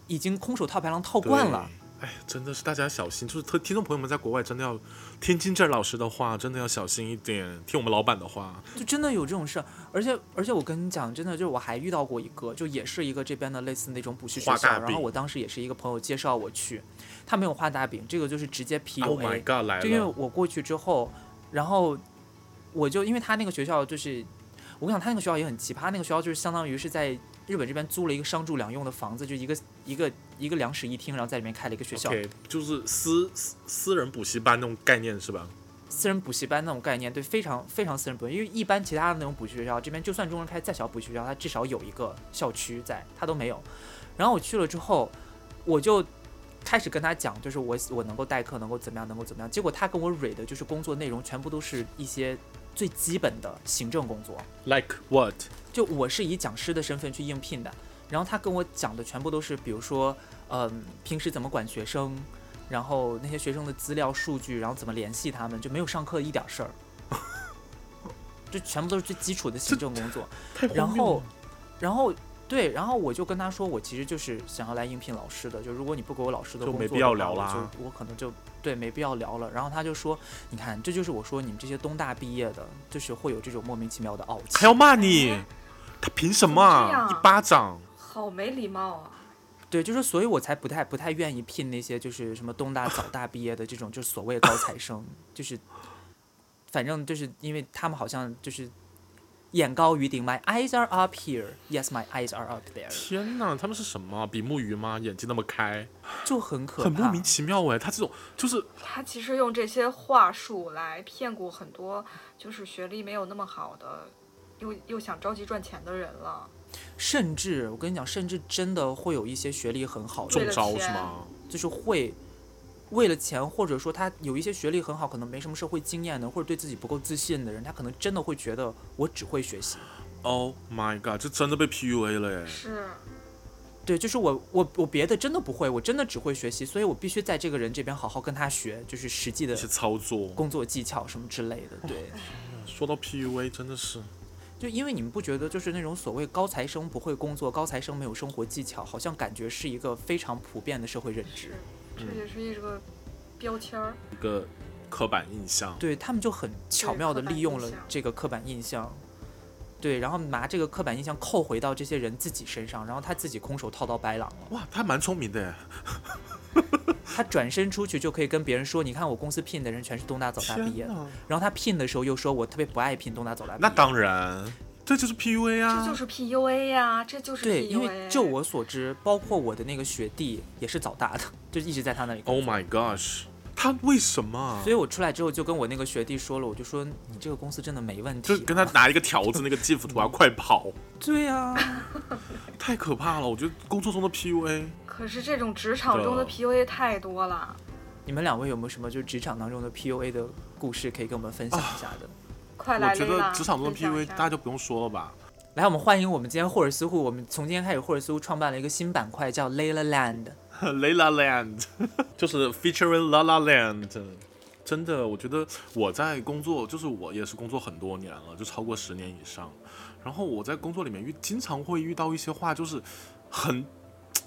已经空手套白狼套对惯了。。哎，真的是大家小心，就是特听众朋友们在国外真的要听金正老师的话，真的要小心一点，听我们老板的话。就真的有这种事儿，而且而且我跟你讲，真的就是我还遇到过一个，就也是一个这边的类似那种补习学画大校，饼然后我当时也是一个朋友介绍我去，他没有画大饼，这个就是直接 Oh my PUA，、 god，来就因为了，我过去之后，然后我就因为他那个学校就是，我跟你讲，他那个学校也很奇葩，那个学校就是相当于是在日本这边租了一个商住两用的房子，就一个一个一个两室一厅，然后在里面开了一个学校 OK，就是私私私人补习班那种概念是吧？私人补习班那种概念，对，非常非常私人补习，因为一般其他的那种补习学校，这边就算中文开再小补习学校，它至少有一个校区在，它都没有。然后我去了之后，我就开始跟他讲，就是我我能够代课，能够怎么样，能够怎么样。结果他跟我蕊的就是工作内容全部都是一些最基本的行政工作， Like what？就我是以讲师的身份去应聘的，然后他跟我讲的全部都是，比如说，嗯，平时怎么管学生，然后那些学生的资料数据，然后怎么联系他们，就没有上课一点事儿， 就全部都是最基础的行政工 作。太荒然谬后了，然后对，然后我就跟他说，我其实就是想要来应聘老师的，就如果你不给我老师的就工作没的必要话聊我啦就我可能就对没必要聊了。然后他就说，你看，这就是我说你们这些东大毕业的，就是会有这种莫名其妙的傲气。还要骂你，他凭什么怎么啊？这样一巴掌！好没礼貌啊！对，就是所以我才不太不太愿意聘那些就是什么东大、早大毕业的这种，就是所谓高材生，就是反正就是因为他们好像就是眼高于顶，My eyes are up here, yes, my eyes are up there，天哪，他们是什么啊比目鱼吗？眼睛那么开，就很可怕。很莫名其妙哎。他这种就是他其实用这些话术来骗过很多就是学历没有那么好的，又又想着急赚钱的人了。嗯甚至我跟你讲，甚至真的会有一些学历很好中的，了招是钱吗？就是会。为了钱，或者说他有一些学历很好，可能没什么社会经验的，或者对自己不够自信的人，他可能真的会觉得我只会学习， Oh my god，这真的被 PUA 了哎！是，对，就是我我我别的真的不会，我真的只会学习，所以我必须在这个人这边好好跟他学，就是实际的一些操作。工作技巧什么之类的。对， 说到 PUA，真的是就因为你们不觉得就是那种所谓高材生不会工作，高材生没有生活技巧，好像感觉是一个非常普遍的社会认知。嗯这也是一个标签儿。一个刻板印象。对他们就很巧妙的刻板利用印了象这个刻板印象，对，然后拿这个刻板印象扣回到这些人自己身上，然后他自己空手套到白狼了。哇，他蛮聪明的哎！他转身出去就可以跟别人说，你看我公司聘的人全是东大早大毕业天的。哪，然后他聘的时候又说，我特别不爱聘东大早大毕业。那当然，这就是 PUA 啊！这就是 PUA 呀、这就是哎对， PUA。因为就我所知，包括我的那个学弟也是早大的， 就一直在他那里工 Oh 作。 my gosh，他为什么啊？所以我出来之后就跟我那个学弟说了，我就说你这个公司真的没问题就啊。跟他拿一个条子，那个 GIF 图啊，快跑！对啊，太可怕了，我觉得工作中的 PUA 可是这种职场中的对 PUA 太多了。你们两位有没有什么就是职场当中的 PUA 的故事可以跟我们分享一下啊的？快来我觉雷拉，得职场中的分享一 PUA 下大家就不用说了吧。来，我们欢迎我们今天霍尔斯户，我们从今天开始，霍尔斯户创办了一个新板块叫 Layla Land。 La La Land，就是 featuring La La Land。真的，我觉得我在工作，就是我也是工作很多年了，就超过十年以上。然后我在工作里面遇，经常会遇到一些话，就是很，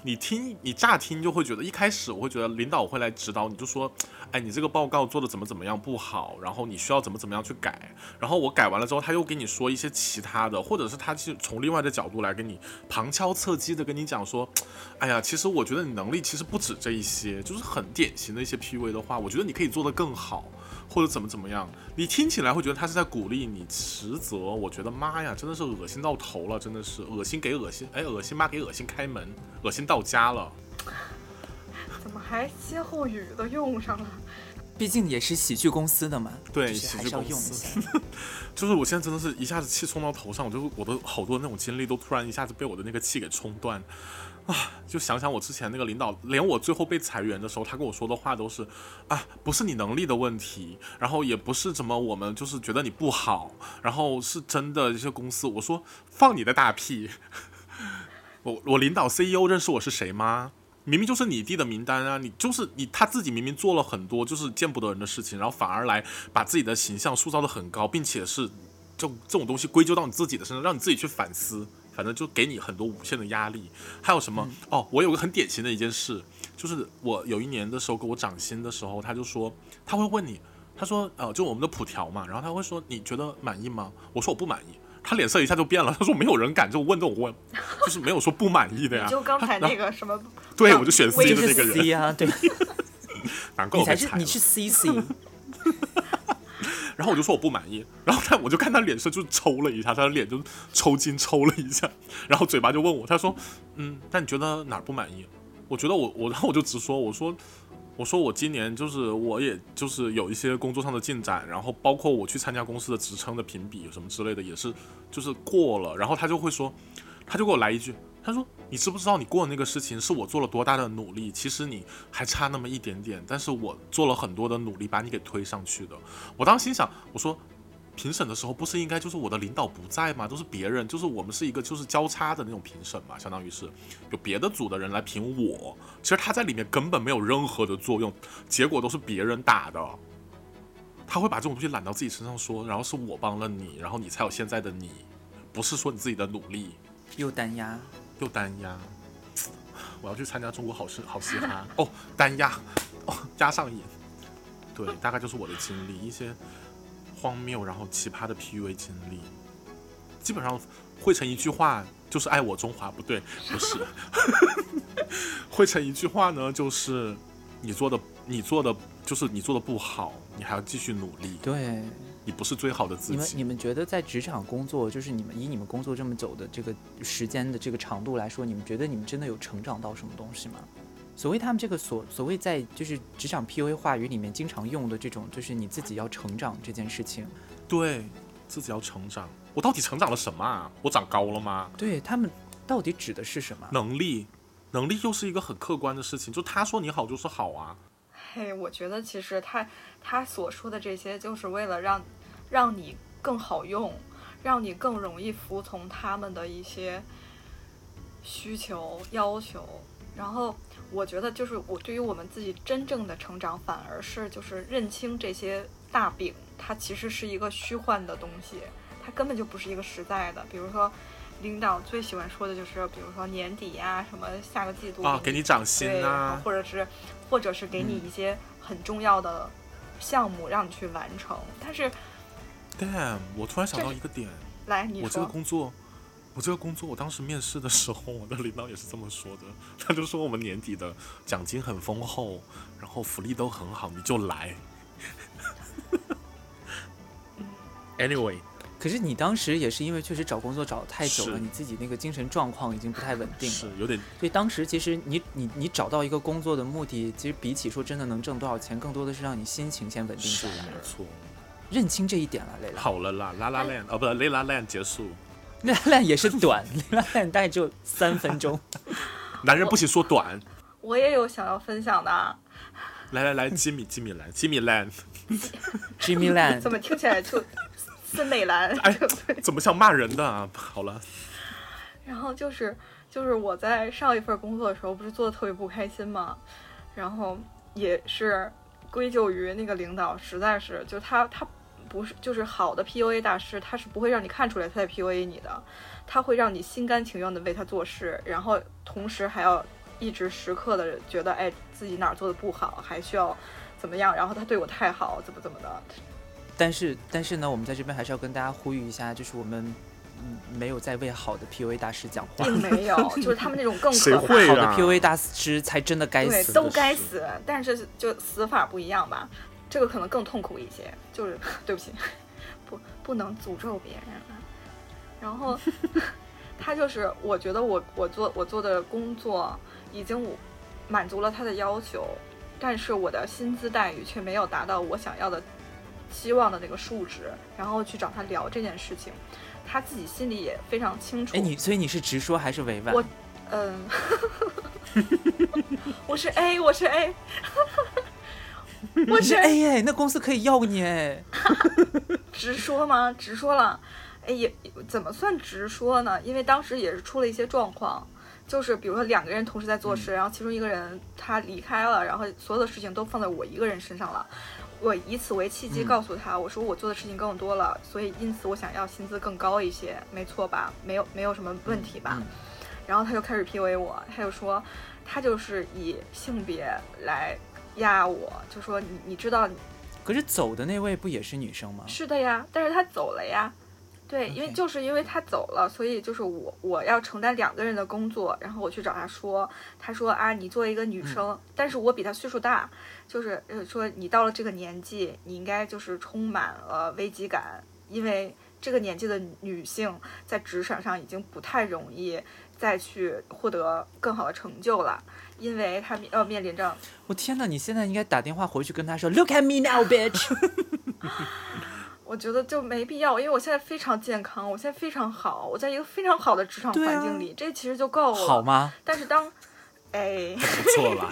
你听，你乍听就会觉得，一开始我会觉得领导会来指导你，就说，哎，你这个报告做的怎么怎么样不好，然后你需要怎么怎么样去改。然后我改完了之后，他又给你说一些其他的，或者是他是从另外的角度来跟你旁敲侧击的跟你讲说，哎呀，其实我觉得你能力其实不止这一些，就是很典型的一些 PUA 的话，我觉得你可以做得更好，或者怎么怎么样。你听起来会觉得他是在鼓励你，实则我觉得妈呀，真的是恶心到头了，真的是恶心给恶心，哎，恶心妈给恶心开门，恶心到家了。怎么还歇后语都用上了？毕竟也是喜剧公司的嘛，对就是喜还剧是要公用一司下。 就是我现在真的是一下子气冲到头上，我就是我的好多那种精力都突然一下子被我的那个气给冲断，啊！就想想我之前那个领导，连我最后被裁员的时候，他跟我说的话都是啊，不是你能力的问题，然后也不是怎么我们就是觉得你不好，然后是真的这些公司，我说放你的大屁！我我领导 CEO 认识我是谁吗？明明就是你递的名单啊，你就是你他自己明明做了很多就是见不得人的事情，然后反而来把自己的形象塑造的很高，并且是这这种东西归咎到你自己的身上，让你自己去反思，反正就给你很多无限的压力。还有什么？嗯哦，我有个很典型的一件事，就是我有一年的时候给我涨薪的时候，他就说他会问你，他说呃，就我们的普调嘛，然后他会说你觉得满意吗？我说我不满意。他脸色一下就变了，他说没有人敢就问这种问，就是没有说不满意的呀。 你就刚 才那个什么，对，我就选 C 就的那是个人， C 啊， 对，难你怪我才被是裁了你。是 CC，然后我就说我不满意，然后他我就看他脸色就抽了一下，他的脸就抽筋抽了一下，然后嘴巴就问我，他说，嗯，那你觉得哪儿不满意？我觉得我我，然后我就直说，我说我说我今年就是我也就是有一些工作上的进展，然后包括我去参加公司的职称的评比什么之类的，也是就是过了，然后他就会说，他就给我来一句，他说你知不知道你过的那个事情是我做了多大的努力，其实你还差那么一点点，但是我做了很多的努力把你给推上去的。我当时心想，我说。评审的时候不是应该就是我的领导不在吗？都是别人，就是我们是一个就是交叉的那种评审嘛，相当于是有别的组的人来评我，其实他在里面根本没有任何的作用，结果都是别人打的。他会把这种东西揽到自己身上说，然后是我帮了你，然后你才有现在的你，不是说你自己的努力又单压，又单压。 我要去参加中国好声好嘻哈 哦，单压哦，压上瘾。对，大概就是我的经历，一些荒谬然后奇葩的 PUA 经历，基本上汇成一句话就是“爱我中华”，不对，不是， 汇成一句话呢就是你做的你做的就是你做的不好，你还要继续努力，对。你不是最好的自你们己。你们觉得在职场工作，就是你们以你们工作这么久的这个时间的这个长度来说，你们觉得你们真的有成长到什么东西吗？所谓他们这个所所谓在就是职场 PUA 话语里面经常用的这种，就是你自己要成长这件事情，对自己要成长，我到底成长了什么啊？我长高了吗？对他们到底指的是什么？能力，能力又是一个很客观的事情，就他说你好就是好啊。嘿，我觉得其实他他所说的这些，就是为了让让你更好用，让你更容易服从他们的一些需求要求。然后我觉得，就是我对于我们自己真正的成长，反而是就是认清这些大饼，它其实是一个虚幻的东西，它根本就不是一个实在的。比如说，领导最喜欢说的就是，比如说年底呀、什么下个季度啊，给你涨薪对，然后啊，或者是或者是给你一些很重要的项目让你去完成。但是 damn！我突然想这到是一个点，来你我这个说，工作，我这个工作，我当时面试的时候，我的领导也是这么说的， 他就说我们年底的奖金很丰厚，然后福利都很好，你就来。anyway，嗯可是你当时也是因为确实找工作找得太久了，是你自己那个精神状况已经不太稳定是了，有点所以当时其实你你你找到一个工作的目的，其实比起说真的能挣多少钱，更多的是让你心情先稳定是下来没，错。认清这一点了，蕾拉。好了啦，拉拉链哦，不，雷拉链结束。 那烂也是短， 那烂大概只有三分钟。男人不许说短。我也有想要分享的啊，来来来，吉米吉米来，吉米来。 Jimmy Lan 怎么听起来 就森美兰？哎，怎么像骂人的啊？好了， 然后就是就是我在上一份工作的时候，不是做的特别不开心嘛，然后也是归咎于那个领导，实在是就他他不是就是好的 PUA 大师，他是不会让你看出来他在 PUA 你的，他会让你心甘情愿的为他做事，然后同时还要一直时刻的觉得哎自己哪儿做的不好，还需要怎么样，然后他对我太好，怎么怎么的，但是但是呢，我们在这边还是要跟大家呼吁一下，就是我们嗯没有在为好的 PUA 大师讲话，并 没有，就是他们那种更谁可怕。会好的啊 PUA 大师才真的该对，死。都该死，但是就死法不一样吧，这个可能更痛苦一些。就是 对不起，不不能诅咒别人啊。然后他就是，我觉得我我做我做的工作已经我满足了他的要求，但是我的薪资待遇却没有达到我想要的期望的那个数值，然后去找他聊这件事情，他自己心里也非常清楚。哎，你所以你是直说还是委婉？我嗯， 我是 A，我是 A，我你是 A 哎，那公司可以要你哎。直说吗？直说了，哎，也怎么算直说呢？因为当时也是出了一些状况，就是比如说两个人同时在做嗯事，然后其中一个人他离开了，然后所有的事情都放在我一个人身上了。我以此为契机嗯告诉他，我说我做的事情更多了，所以因此我想要薪资更高一些，没错吧？没有没有什么问题吧？嗯然后他就开始 PUA 我，他就说他就是以性别来压我，就说你你知道可是走的那位不也是女生吗？是的呀，但是他走了呀。对，因为 OK 就是因为他走了，所以就是我我要承担两个人的工作，然后我去找他说，他说啊，你作为一个嗯女生，但是我比他岁数大，就是呃说你到了这个年纪，你应该就是充满了危机感，因为这个年纪的女性在职场上已经不太容易再去获得更好的成就了，因为她们要面临着我天哪！你现在应该打电话回去跟他说，Look at me now, bitch。我觉得就没必要，因为我现在非常健康，我现在非常好，我在一个非常好的职场对啊环境里，这其实就够了。好？吗？但是当，哎，不 错啦，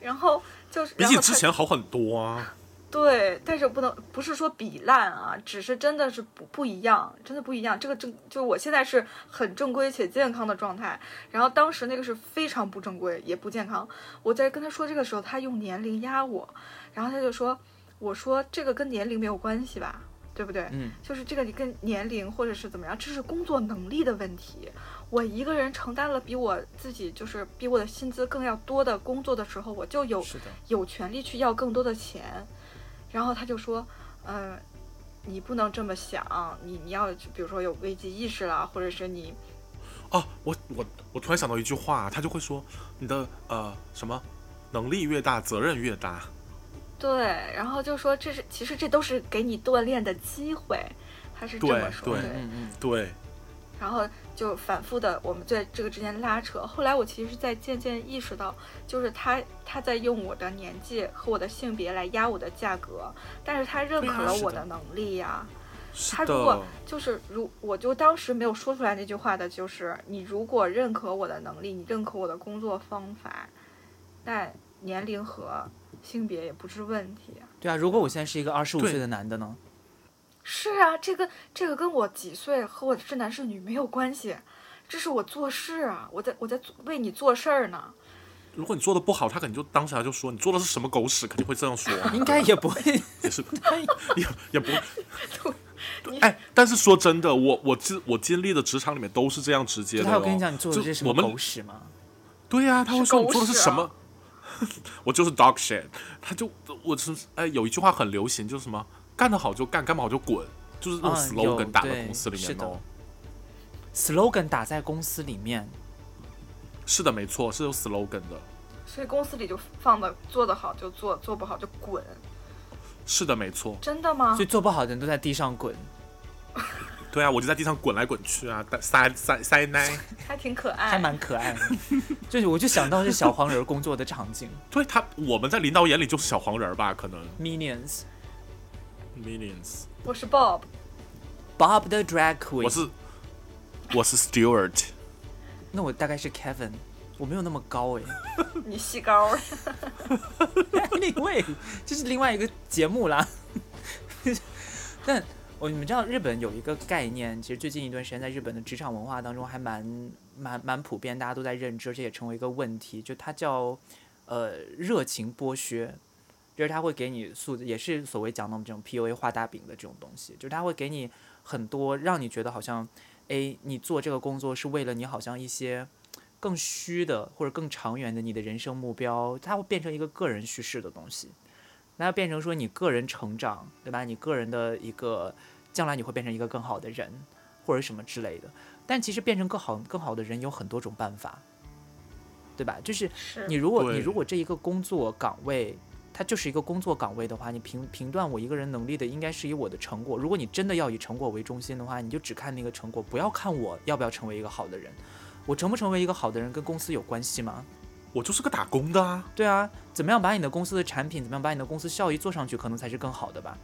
然后就是比然起后之他前好很多啊。对，但是不能不是说比烂啊，只是真的是不不一样，真的不一样。这个正就我现在是很正规且健康的状态，然后当时那个是非常不正规也不健康。我在跟他说这个时候，他用年龄压我，然后他就说：“我说这个跟年龄没有关系吧，对不对？”嗯，就是这个你跟年龄或者是怎么样，这是工作能力的问题。我一个人承担了比我自己就是比我的薪资更要多的工作的时候，我就有是的。有权利去要更多的钱。然后他就说，嗯、你不能这么想，你你要去比如说有危机意识啦，或者是你哦，我我我突然想到一句话，他就会说你的呃什么能力越大，责任越大。对，然后就说这是其实这都是给你锻炼的机会，他是这么对说的。对嗯嗯，对，然后就反复的我们在这个之间拉扯。后来我其实是在渐渐意识到，就是他他在用我的年纪和我的性别来压我的价格，但是他认对啊可了是我的的能力呀、是他如的果，就是如我就当时没有说出来那句话的，就是你如果认可我的能力，你认可我的工作方法，那年龄和性别也不是问题啊。对啊，如果我现在是一个二十五对岁的男的呢？是啊，这个这个跟我几岁和我是男是女没有关系，这是我做事啊，我在我在做为你做事儿呢。如果你做的不好，他肯定就当时他就说你做的是什么狗屎，肯定会这样说。 应该也不会。也是， 也也不 你。哎，但是说真的，我我经我经历的职场里面都是这样直接就的、哦。他有跟你讲你做的就这是什我么们狗屎吗？对呀、他会是说狗你做的是屎什啊么？ 我就是 dog shit。他就我是哎，有一句话很流行，就是什么干得好就干，干不好就滚，就是那种嗯有 slogan 打到对公司里是面的哦。 slogan 打在公司里面，是的，没错，是有 slogan 的。所以公司里就放的做得好就做，做不好就滚，是的，没错。真的吗所以？做不好的人都在地上滚。对啊，我就在地上滚来滚去啊，打塞塞塞奶。还挺可还爱。蛮可爱的。 就是我就想到是小黄人工作的场景对他，我们在领导眼里就是小黄人儿吧？可能，Minions。 millions。我是 Bob， Bob the Drag Queen，我是我是 Stewart。那我大概是 Kevin，我没有那么高哎、你细高 儿。 anyway，这是另外一个节目啦。 但我你们知道日本有一个概念，其实最近一段时间在日本的职场文化当中还蛮蛮蛮普遍，大家都在认知，而且也成为一个问题，就它叫呃热情剥削。就是他会给你塑，也是所谓讲的我们这种 PUA 画大饼的这种东西，就是他会给你很多让你觉得好像，诶，你做这个工作是为了你好像一些更虚的或者更长远的你的人生目标，它会变成一个个人叙事的东西，那要变成说你个人成长，对吧？你个人的一个将来你会变成一个更好的人或者什么之类的。但其实变成更好更好的人有很多种办法，对吧？就是是你如果你对如果这一个工作岗位，它就是一个工作岗位的话，你评评断我一个人能力的，应该是以我的成果。如果你真的要以成果为中心的话，你就只看那个成果，不要看我要不要成为一个好的人。我成不成为一个好的人跟公司有关系吗？我就是个打工的啊。对啊，怎么样把你的公司的产品，怎么样把你的公司效益做上去，可能才是更好的吧？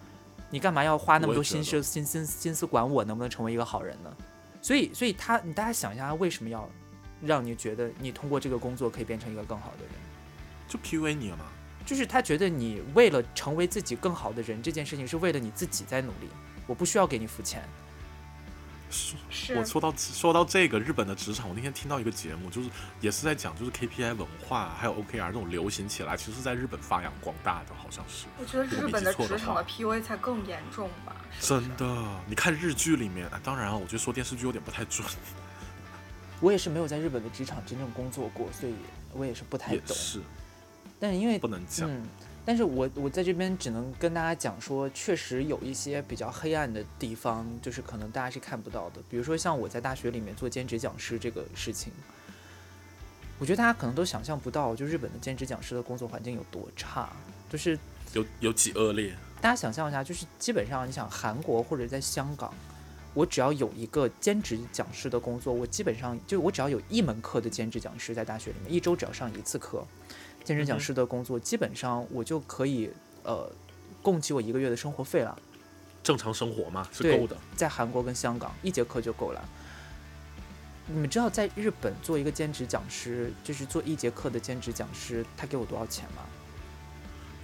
你干嘛要花那么多我也觉心得思心心心思管我能不能成为一个好人呢？所以，所以他，你大家想一下，他为什么要让你觉得你通过这个工作可以变成一个更好的人？就 PUA 你了嘛。就是他觉得你为了成为自己更好的人这件事情，是为了你自己在努力，我不需要给你付钱。是我说到说到这个日本的职场，我那天听到一个节目，就是也是在讲就是 KPI 文化还有 OKR 这种流行起来，其实在日本发扬光大的，好像是我觉得日本的职场如果的没 PUA 才更严重吧。是不是真的。你看日剧里面，啊当然啊，我觉得说电视剧有点不太准，我也是没有在日本的职场真正工作过，所以我也是不太也懂。是但是因为不能讲。嗯，但是我我在这边只能跟大家讲说，确实有一些比较黑暗的地方，就是可能大家是看不到的。比如说像我在大学里面做兼职讲师这个事情，我觉得大家可能都想象不到，就日本的兼职讲师的工作环境有多差。就是有有几恶劣，大家想象一下，就是基本上你想韩国或者在香港，我只要有一个兼职讲师的工作，我基本上就我只要有一门课的兼职讲师在大学里面，一周只要上一次课，兼职讲师的工作基本上我就可以呃供给我一个月的生活费了。正常生活嘛是对够的。在韩国跟香港一节课就够了。你们知道在日本做一个兼职讲师，就是做一节课的兼职讲师，他给我多少钱吗？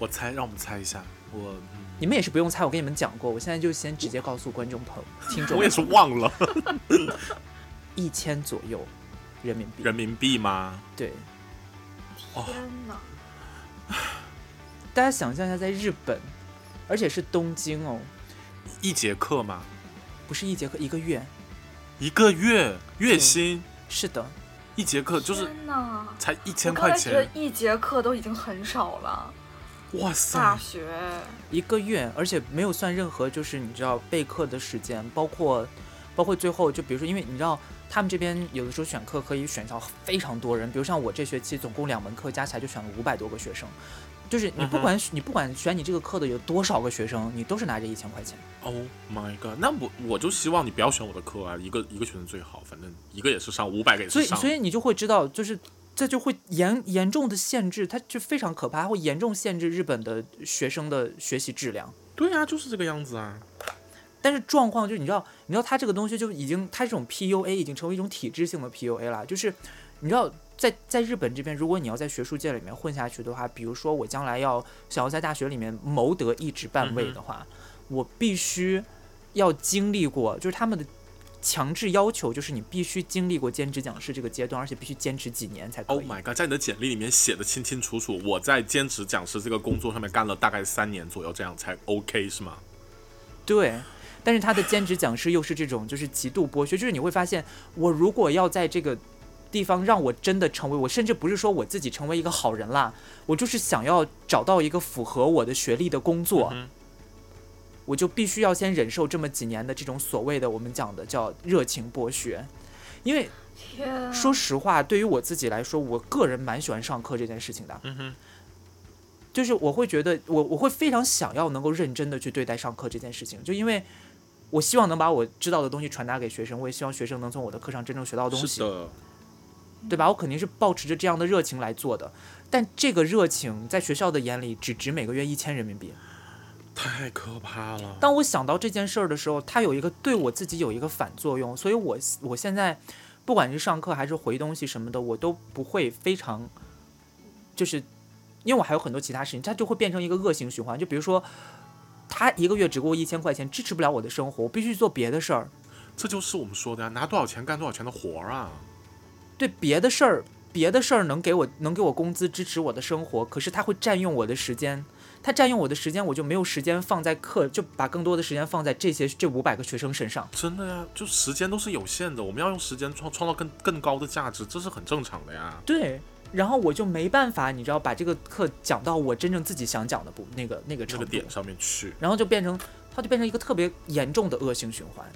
我猜，让我们猜一下，我、嗯你们也是不用猜，我跟你们讲过，我现在就先直接告诉观众朋友、听众我也，是忘了 一千左右人民币。人民币吗？对，哦天哪！大家想象一下，在日本，而且是东京哦，一节课吗？不是一节课一个月。一个月月薪是的，一节课就是天哪！才一我千刚块才觉得钱，一节课都已经很少了，哇塞！大学一个月，而且没有算任何就是你知道备课的时间，包括包括最后就比如说，因为你知道他们这边有的时候选课可以选到非常多人，比如像我这学期总共两门课加起来就选了五百多个学生，就是你不管、你不管选你这个课的有多少个学生，你都是拿着一千块钱。 Oh my god！那我我就希望你不要选我的课啊，一个一个学生最好，反正一个也是上，五百个也所是以上。所以你就会知道，就是这就会严严重的限制，它就非常可怕，它会严重限制日本的学生的学习质量。对啊，就是这个样子啊。但是状况就是你知道，你知道他这个东西就已经，他这种 PUA 已经成为一种体制性的 PUA 了。就是你知道，在在日本这边，如果你要在学术界里面混下去的话，比如说我将来要想要在大学里面谋得一职半位的话，我必须要经历过，就是他们的强制要求，就是你必须经历过兼职讲师这个阶段，而且必须坚持几年才可以。 Oh my god！在你的简历里面写的清清楚楚，我在兼职讲师这个工作上面干了大概三年左右，这样才 OK 是吗？对，但是他的兼职讲师又是这种，就是极度剥削，就是你会发现，我如果要在这个地方让我真的成为，我甚至不是说我自己成为一个好人啦，我就是想要找到一个符合我的学历的工作，嗯哼我就必须要先忍受这么几年的这种所谓的我们讲的叫热情剥削，因为天，说实话，对于我自己来说，我个人蛮喜欢上课这件事情的。嗯哼，就是我会觉得我我会非常想要能够认真的去对待上课这件事情，就因为我希望能把我知道的东西传达给学生，我也希望学生能从我的课上真正学到东是西，的，对吧？我肯定是保持着这样的热情来做的，但这个热情在学校的眼里只值每个月一千人民币。太可怕了。当我想到这件事儿的时候，它有一个对我自己有一个反作用，所以我我现在不管是上课还是回东西什么的，我都不会非常，就是因为我还有很多其他事情，它就会变成一个恶性循环。就比如说，他一个月只给我一千块钱，支持不了我的生活，我必须做别的事儿。这就是我们说的呀、拿多少钱干多少钱的活儿啊。对别的事儿，别的事儿能给我能给我工资支持我的生活，可是它会占用我的时间，它占用我的时间，我就没有时间放在课，就把更多的时间放在这些这五百个学生身上。真的呀，就时间都是有限的，我们要用时间创创造更更高的价值，这是很正常的呀。对，然后我就没办法，你知道，把这个课讲到我真正自己想讲的不那个那个这程个度，点上面去，然后就变成它就变成一个特别严重的恶性循环。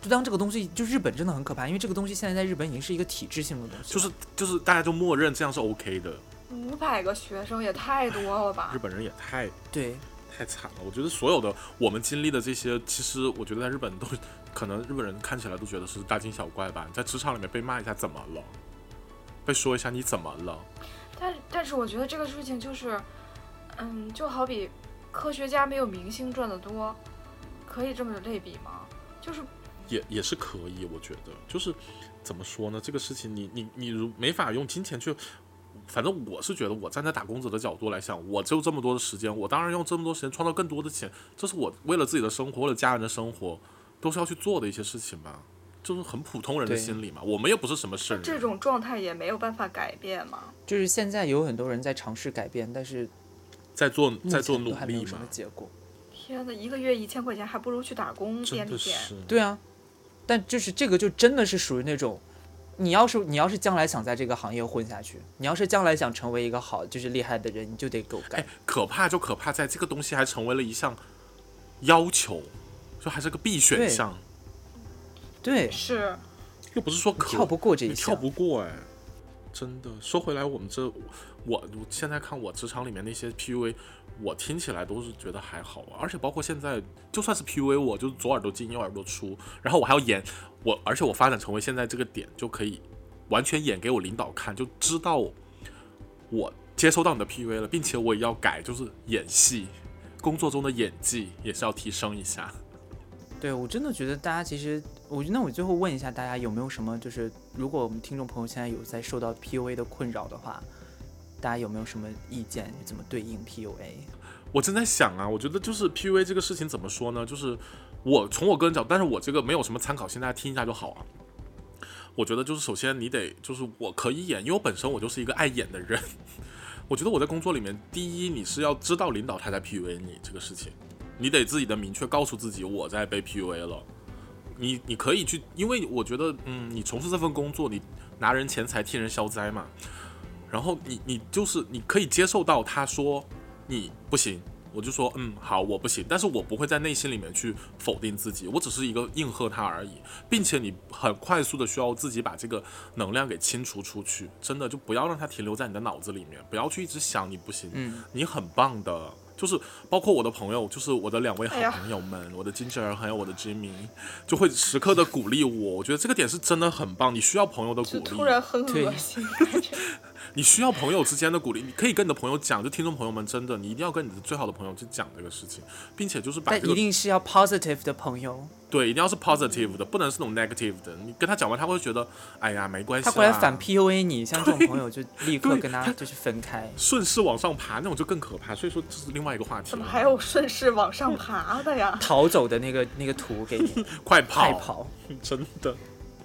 就当这个东西，就日本真的很可怕，因为这个东西现在在日本已经是一个体制性的东西，就是就是大家就默认这样是 OK 的。五百个学生也太多了吧 日？本人也太对太惨了。我觉得所有的我们经历的这些，其实我觉得在日本都可能日本人看起来都觉得是大惊小怪吧。你在职场里面被骂一下怎么了？被说一下你怎么了？但是我觉得这个事情就是，嗯，就好比科学家没有明星赚得多，可以这么类比吗？就是也也是可以，我觉得就是怎么说呢？这个事情你你你如没法用金钱去，反正我是觉得我站在打工者的角度来想，我只有这么多的时间，我当然用这么多时间创造更多的钱，这是我为了自己的生活，为了家人的生活，都是要去做的一些事情吧，就是很普通人的对心理嘛。我们也不是什么圣这人，种状态也没有办法改变嘛。就是现在有很多人在尝试改变，但是在做目在做前努都还没力有什么嘛，结果。天呐，一个月一千块钱，还不如去打工真便利的店。是。对啊，但就是这个就真的是属于那种，你要是你要是将来想在这个行业混下去，你要是将来想成为一个好就是厉害的人，你就得够干哎。，可怕就可怕在这个东西还成为了一项要求，就还是个必选对项，对，是，又不是说可跳不过这你一跳项。不过哎、真的。说回来，我们这我我现在看我职场里面那些 PUA，我听起来都是觉得还好啊，而且包括现在就算是 PUA，我就是左耳朵进右耳朵出，然后我还要演我，而且我发展成为现在这个点就可以完全演给我领导看，就知道我接收到你的 PUA 了，并且我也要改，就是演戏。工作中的演技也是要提升一下。对我真的觉得大家其实，我那我最后问一下大家有没有什么就是，如果我们听众朋友现在有在受到 PUA 的困扰的话，大家有没有什么意见？怎么对应 PUA？我正在想啊，我觉得就是 PUA 这个事情怎么说呢？就是我从我个人角度，但是我这个没有什么参考性，大家听一下就好啊。我觉得就是首先你得就是我可以演，因为我本身我就是一个爱演的人。我觉得我在工作里面，第一你是要知道领导他在 PUA 你这个事情，你得自己的明确告诉自己我在被 PUA 了。你你可以去，因为我觉得嗯，你从事这份工作，你拿人钱财替人消灾嘛。然后你你就是你可以接受到他说你不行，我就说嗯好我不行，但是我不会在内心里面去否定自己，我只是一个应和他而已，并且你很快速的需要自己把这个能量给清除出去，真的就不要让它停留在你的脑子里面，不要去一直想你不行，嗯，你很棒的。就是包括我的朋友，就是我的两位好哎呀朋友们，我的金 i 还有我的 Jimmy，就会时刻的鼓励我。我觉得这个点是真的很棒，你需要朋友的鼓就励。突然很对恶心。你需要朋友之间的鼓励，你可以跟你的朋友讲，就听众朋友们，真的，你一定要跟你的最好的朋友去讲这个事情，并且就是把但这一个定是要 positive 的朋友，对，一定要是 positive 的，不能是那种 negative 的。你跟他讲完，他会觉得，哎呀，没关系他啦，过来反 PUA 你，像这种 朋友就立刻对跟他他就是分开。顺势往上爬，那种就更可怕。所以说，这是另外一个话题怎么了。还有顺势往上爬的呀？逃走的那个那个图给 你，快快跑，跑！真的，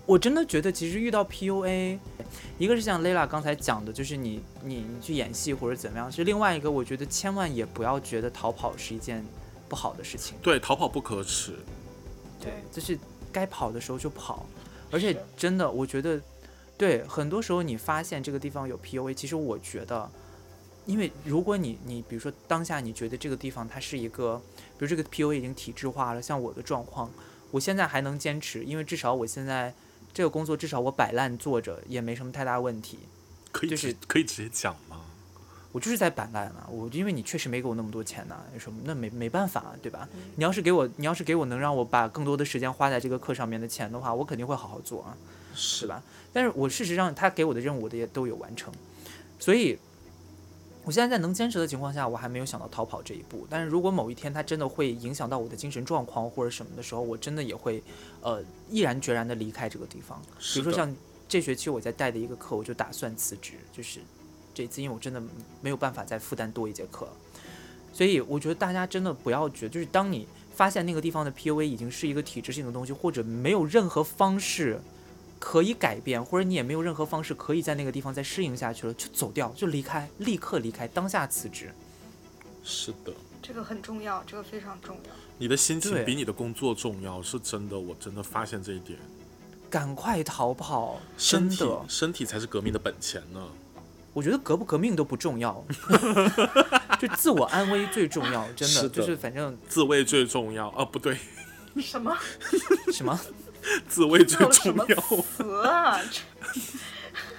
我真的觉得，其实遇到 PUA，一个是像 Lela 刚才讲的，就是你你你去演戏或者怎么样，是另外一个，我觉得千万也不要觉得逃跑是一件不好的事情，对，逃跑不可耻。 对，就是该跑的时候就跑，而且是真的，我觉得，对，很多时候你发现这个地方有 PUA，其实我觉得，因为如果你你比如说当下你觉得这个地方它是一个，比如这个 PUA 已经体制化了，像我的状况，我现在还能坚持，因为至少我现在这个工作至少我摆烂坐着也没什么太大问题，可以直、就是可以直接讲吗？我就是在摆烂啊，我因为你确实没给我那么多钱呐、什么那没没办法、啊，对吧？你要是给我，你要是给我能让我把更多的时间花在这个课上面的钱的话，我肯定会好好做啊，是是吧？但是我事实上他给我的任务我的也都有完成，所以我现在在能坚持的情况下，我还没有想到逃跑这一步。但是如果某一天他真的会影响到我的精神状况或者什么的时候，我真的也会呃毅然决然的离开这个地方。比是如说的，像这学期我在带的一个课，我就打算辞职，就是这次因为我真的没有办法再负担多一节课了，所以我觉得大家真的不要觉得，就是当你发现那个地方的 PUA 已经是一个体制性的东西，或者没有任何方式可以改变，或者你也没有任何方式可以在那个地方再适应下去了，就走掉，就离开，立刻离开，当下辞职。是的。这个很重要，这个非常重要。你的心情对比你的工作重要，是真的。我真的发现这一点，赶快逃跑！身真体的，身体才是革命的本钱呢。我觉得革不革命都不重 要，就自我安危最重要。真是的就是反正自卫最重要啊，不对， 什么？什么自卫最这有什重么要。 词啊？这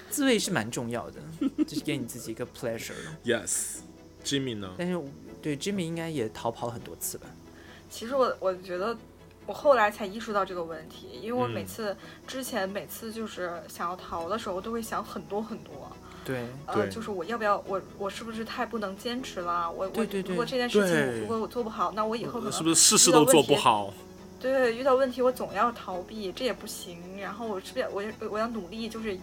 自慰是蛮重要的， 就是给你自己一个 pleasure。 Yes，Jimmy 呢？但是我对 Jimmy 应该也逃跑很多次吧？其实我我觉得，我后来才意识到这个问题，因为我嗯每次、之前每次就是想要逃的时候，都会想很多很多，对，呃，对就是我要不要我我是不是太不能坚持了？我对对我对如果这件事对情如果我做不好，那我以后可呃是能不是事事都做不好？对遇到问题我总要逃避，这也不行。然后我是不是我我要努力，就是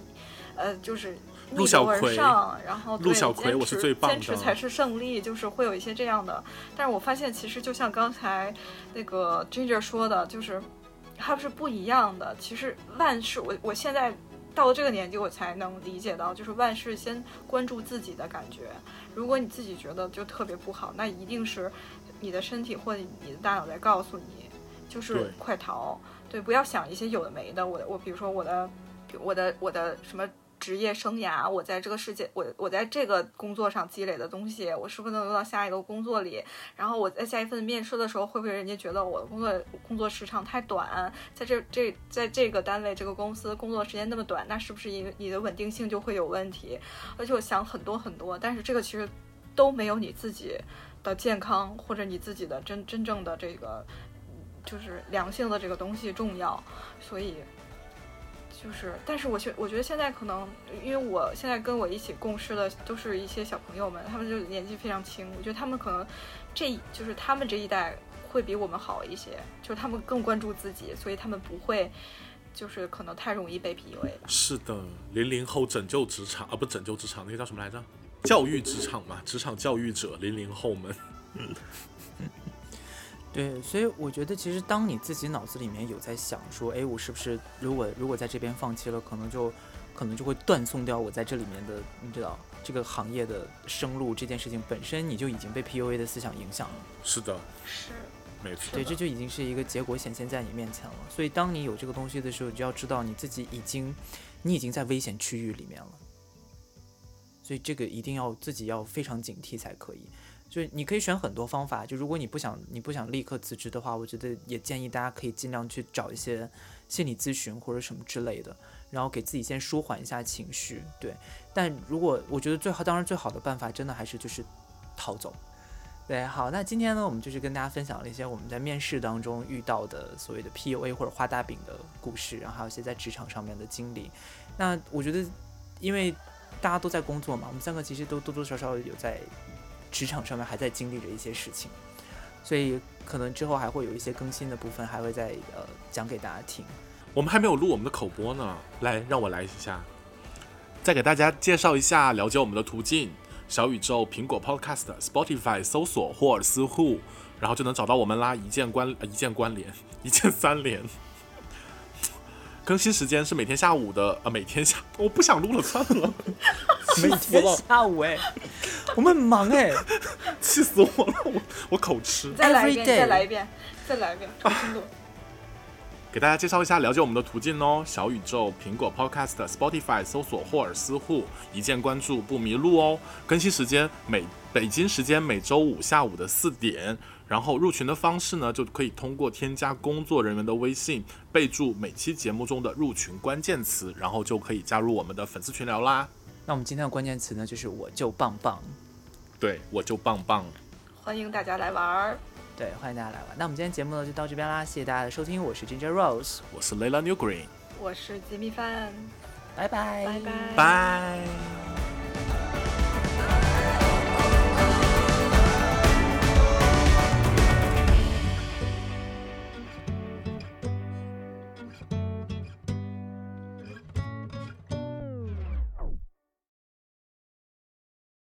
呃就是陆逆小流而葵上，然后陆对小葵坚我是持最棒坚持的才是胜利，就是会有一些这样的。但是我发现其实就像刚才那个 Ginger 说的，就是它是不一样的。其实万事，我我现在到了这个年纪，我才能理解到，就是万事先关注自己的感觉。如果你自己觉得就特别不好，那一定是你的身体或者你的大脑在告诉你，就是对快逃，对，不要想一些有的没的。我的我比如说我的我的我的什么。职业生涯，我在这个世界，我我在这个工作上积累的东西，我是不是能用到下一个工作里？然后我在下一份面试的时候，会不会人家觉得我的工作工作时长太短，在这这在这个单位这个公司工作时间那么短，那是不是因为你的稳定性就会有问题？而且我想很多很多，但是这个其实都没有你自己的健康或者你自己的真真正的这个就是良性的这个东西重要，所以。就是，但是我觉我觉得现在可能，因为我现在跟我一起共事的都是一些小朋友们，他们就年纪非常轻，我觉得他们可能这一就是他们这一代会比我们好一些，就是他们更关注自己，所以他们不会就是可能太容易被 PUA 了。是的，零零后拯救职场啊，不拯救职场，那个叫什么来着？教育职场嘛，职场教育者，零零后们。对，所以我觉得其实当你自己脑子里面有在想说，哎，我是不是如果如果在这边放弃了，可能就可能就会断送掉我在这里面的，你知道这个行业的生路这件事情本身，你就已经被 PUA 的思想影响了。是的，是，没错。对，这就已经是一个结果显现在你面前了。所以当你有这个东西的时候，你就要知道你自己已经，你已经在危险区域里面了。所以这个一定要自己要非常警惕才可以。就是你可以选很多方法，就如果你不想你不想立刻辞职的话，我觉得也建议大家可以尽量去找一些心理咨询或者什么之类的，然后给自己先舒缓一下情绪。对，但如果我觉得最好，当然最好的办法真的还是就是逃走。对，好，那今天呢，我们就是跟大家分享了一些我们在面试当中遇到的所谓的 PUA 或者画大饼的故事，然后还有一些在职场上面的经历。那我觉得，因为大家都在工作嘛，我们三个其实都多多少少有在职场上面还在经历着一些事情，所以可能之后还会有一些更新的部分，还会再呃讲给大家 听。我们还没有录我们的口播呢，来，让我来一下，再给大家介绍一下了解我们的途径：小宇宙、苹果 Podcast、Spotify 搜索霍尔斯户，然后就能找到我们啦，一键关、呃一键关联， 一键三连。更新时间是每天下午的，呃，每天下，我不想录了，算了， 每死天了下午哎，我们很忙哎，气死我了，我我口吃你。再来一 Every 遍，你 day 再来一遍，再来一遍，重新录。 给大家介绍一下了解我们的途径哦：小宇宙、苹果 Podcast、Spotify 搜索霍尔斯户，一键关注不迷路哦。更新时间每北京时间每周五下午的四点。然后入群的方式呢，就可以通过添加工作人员的微信，备注每期节目中的入群关键词，然后就可以加入我们的粉丝群聊啦。那我们今天的关键词呢，就是我就棒棒。对，我就棒棒，欢迎大家来玩儿，对，欢迎大家来玩。那我们今天节目呢就到这边啦，谢谢大家的收听，我是 Ginger Rose，我是 Layla New Green，我是吉米范，拜拜，拜拜。拜。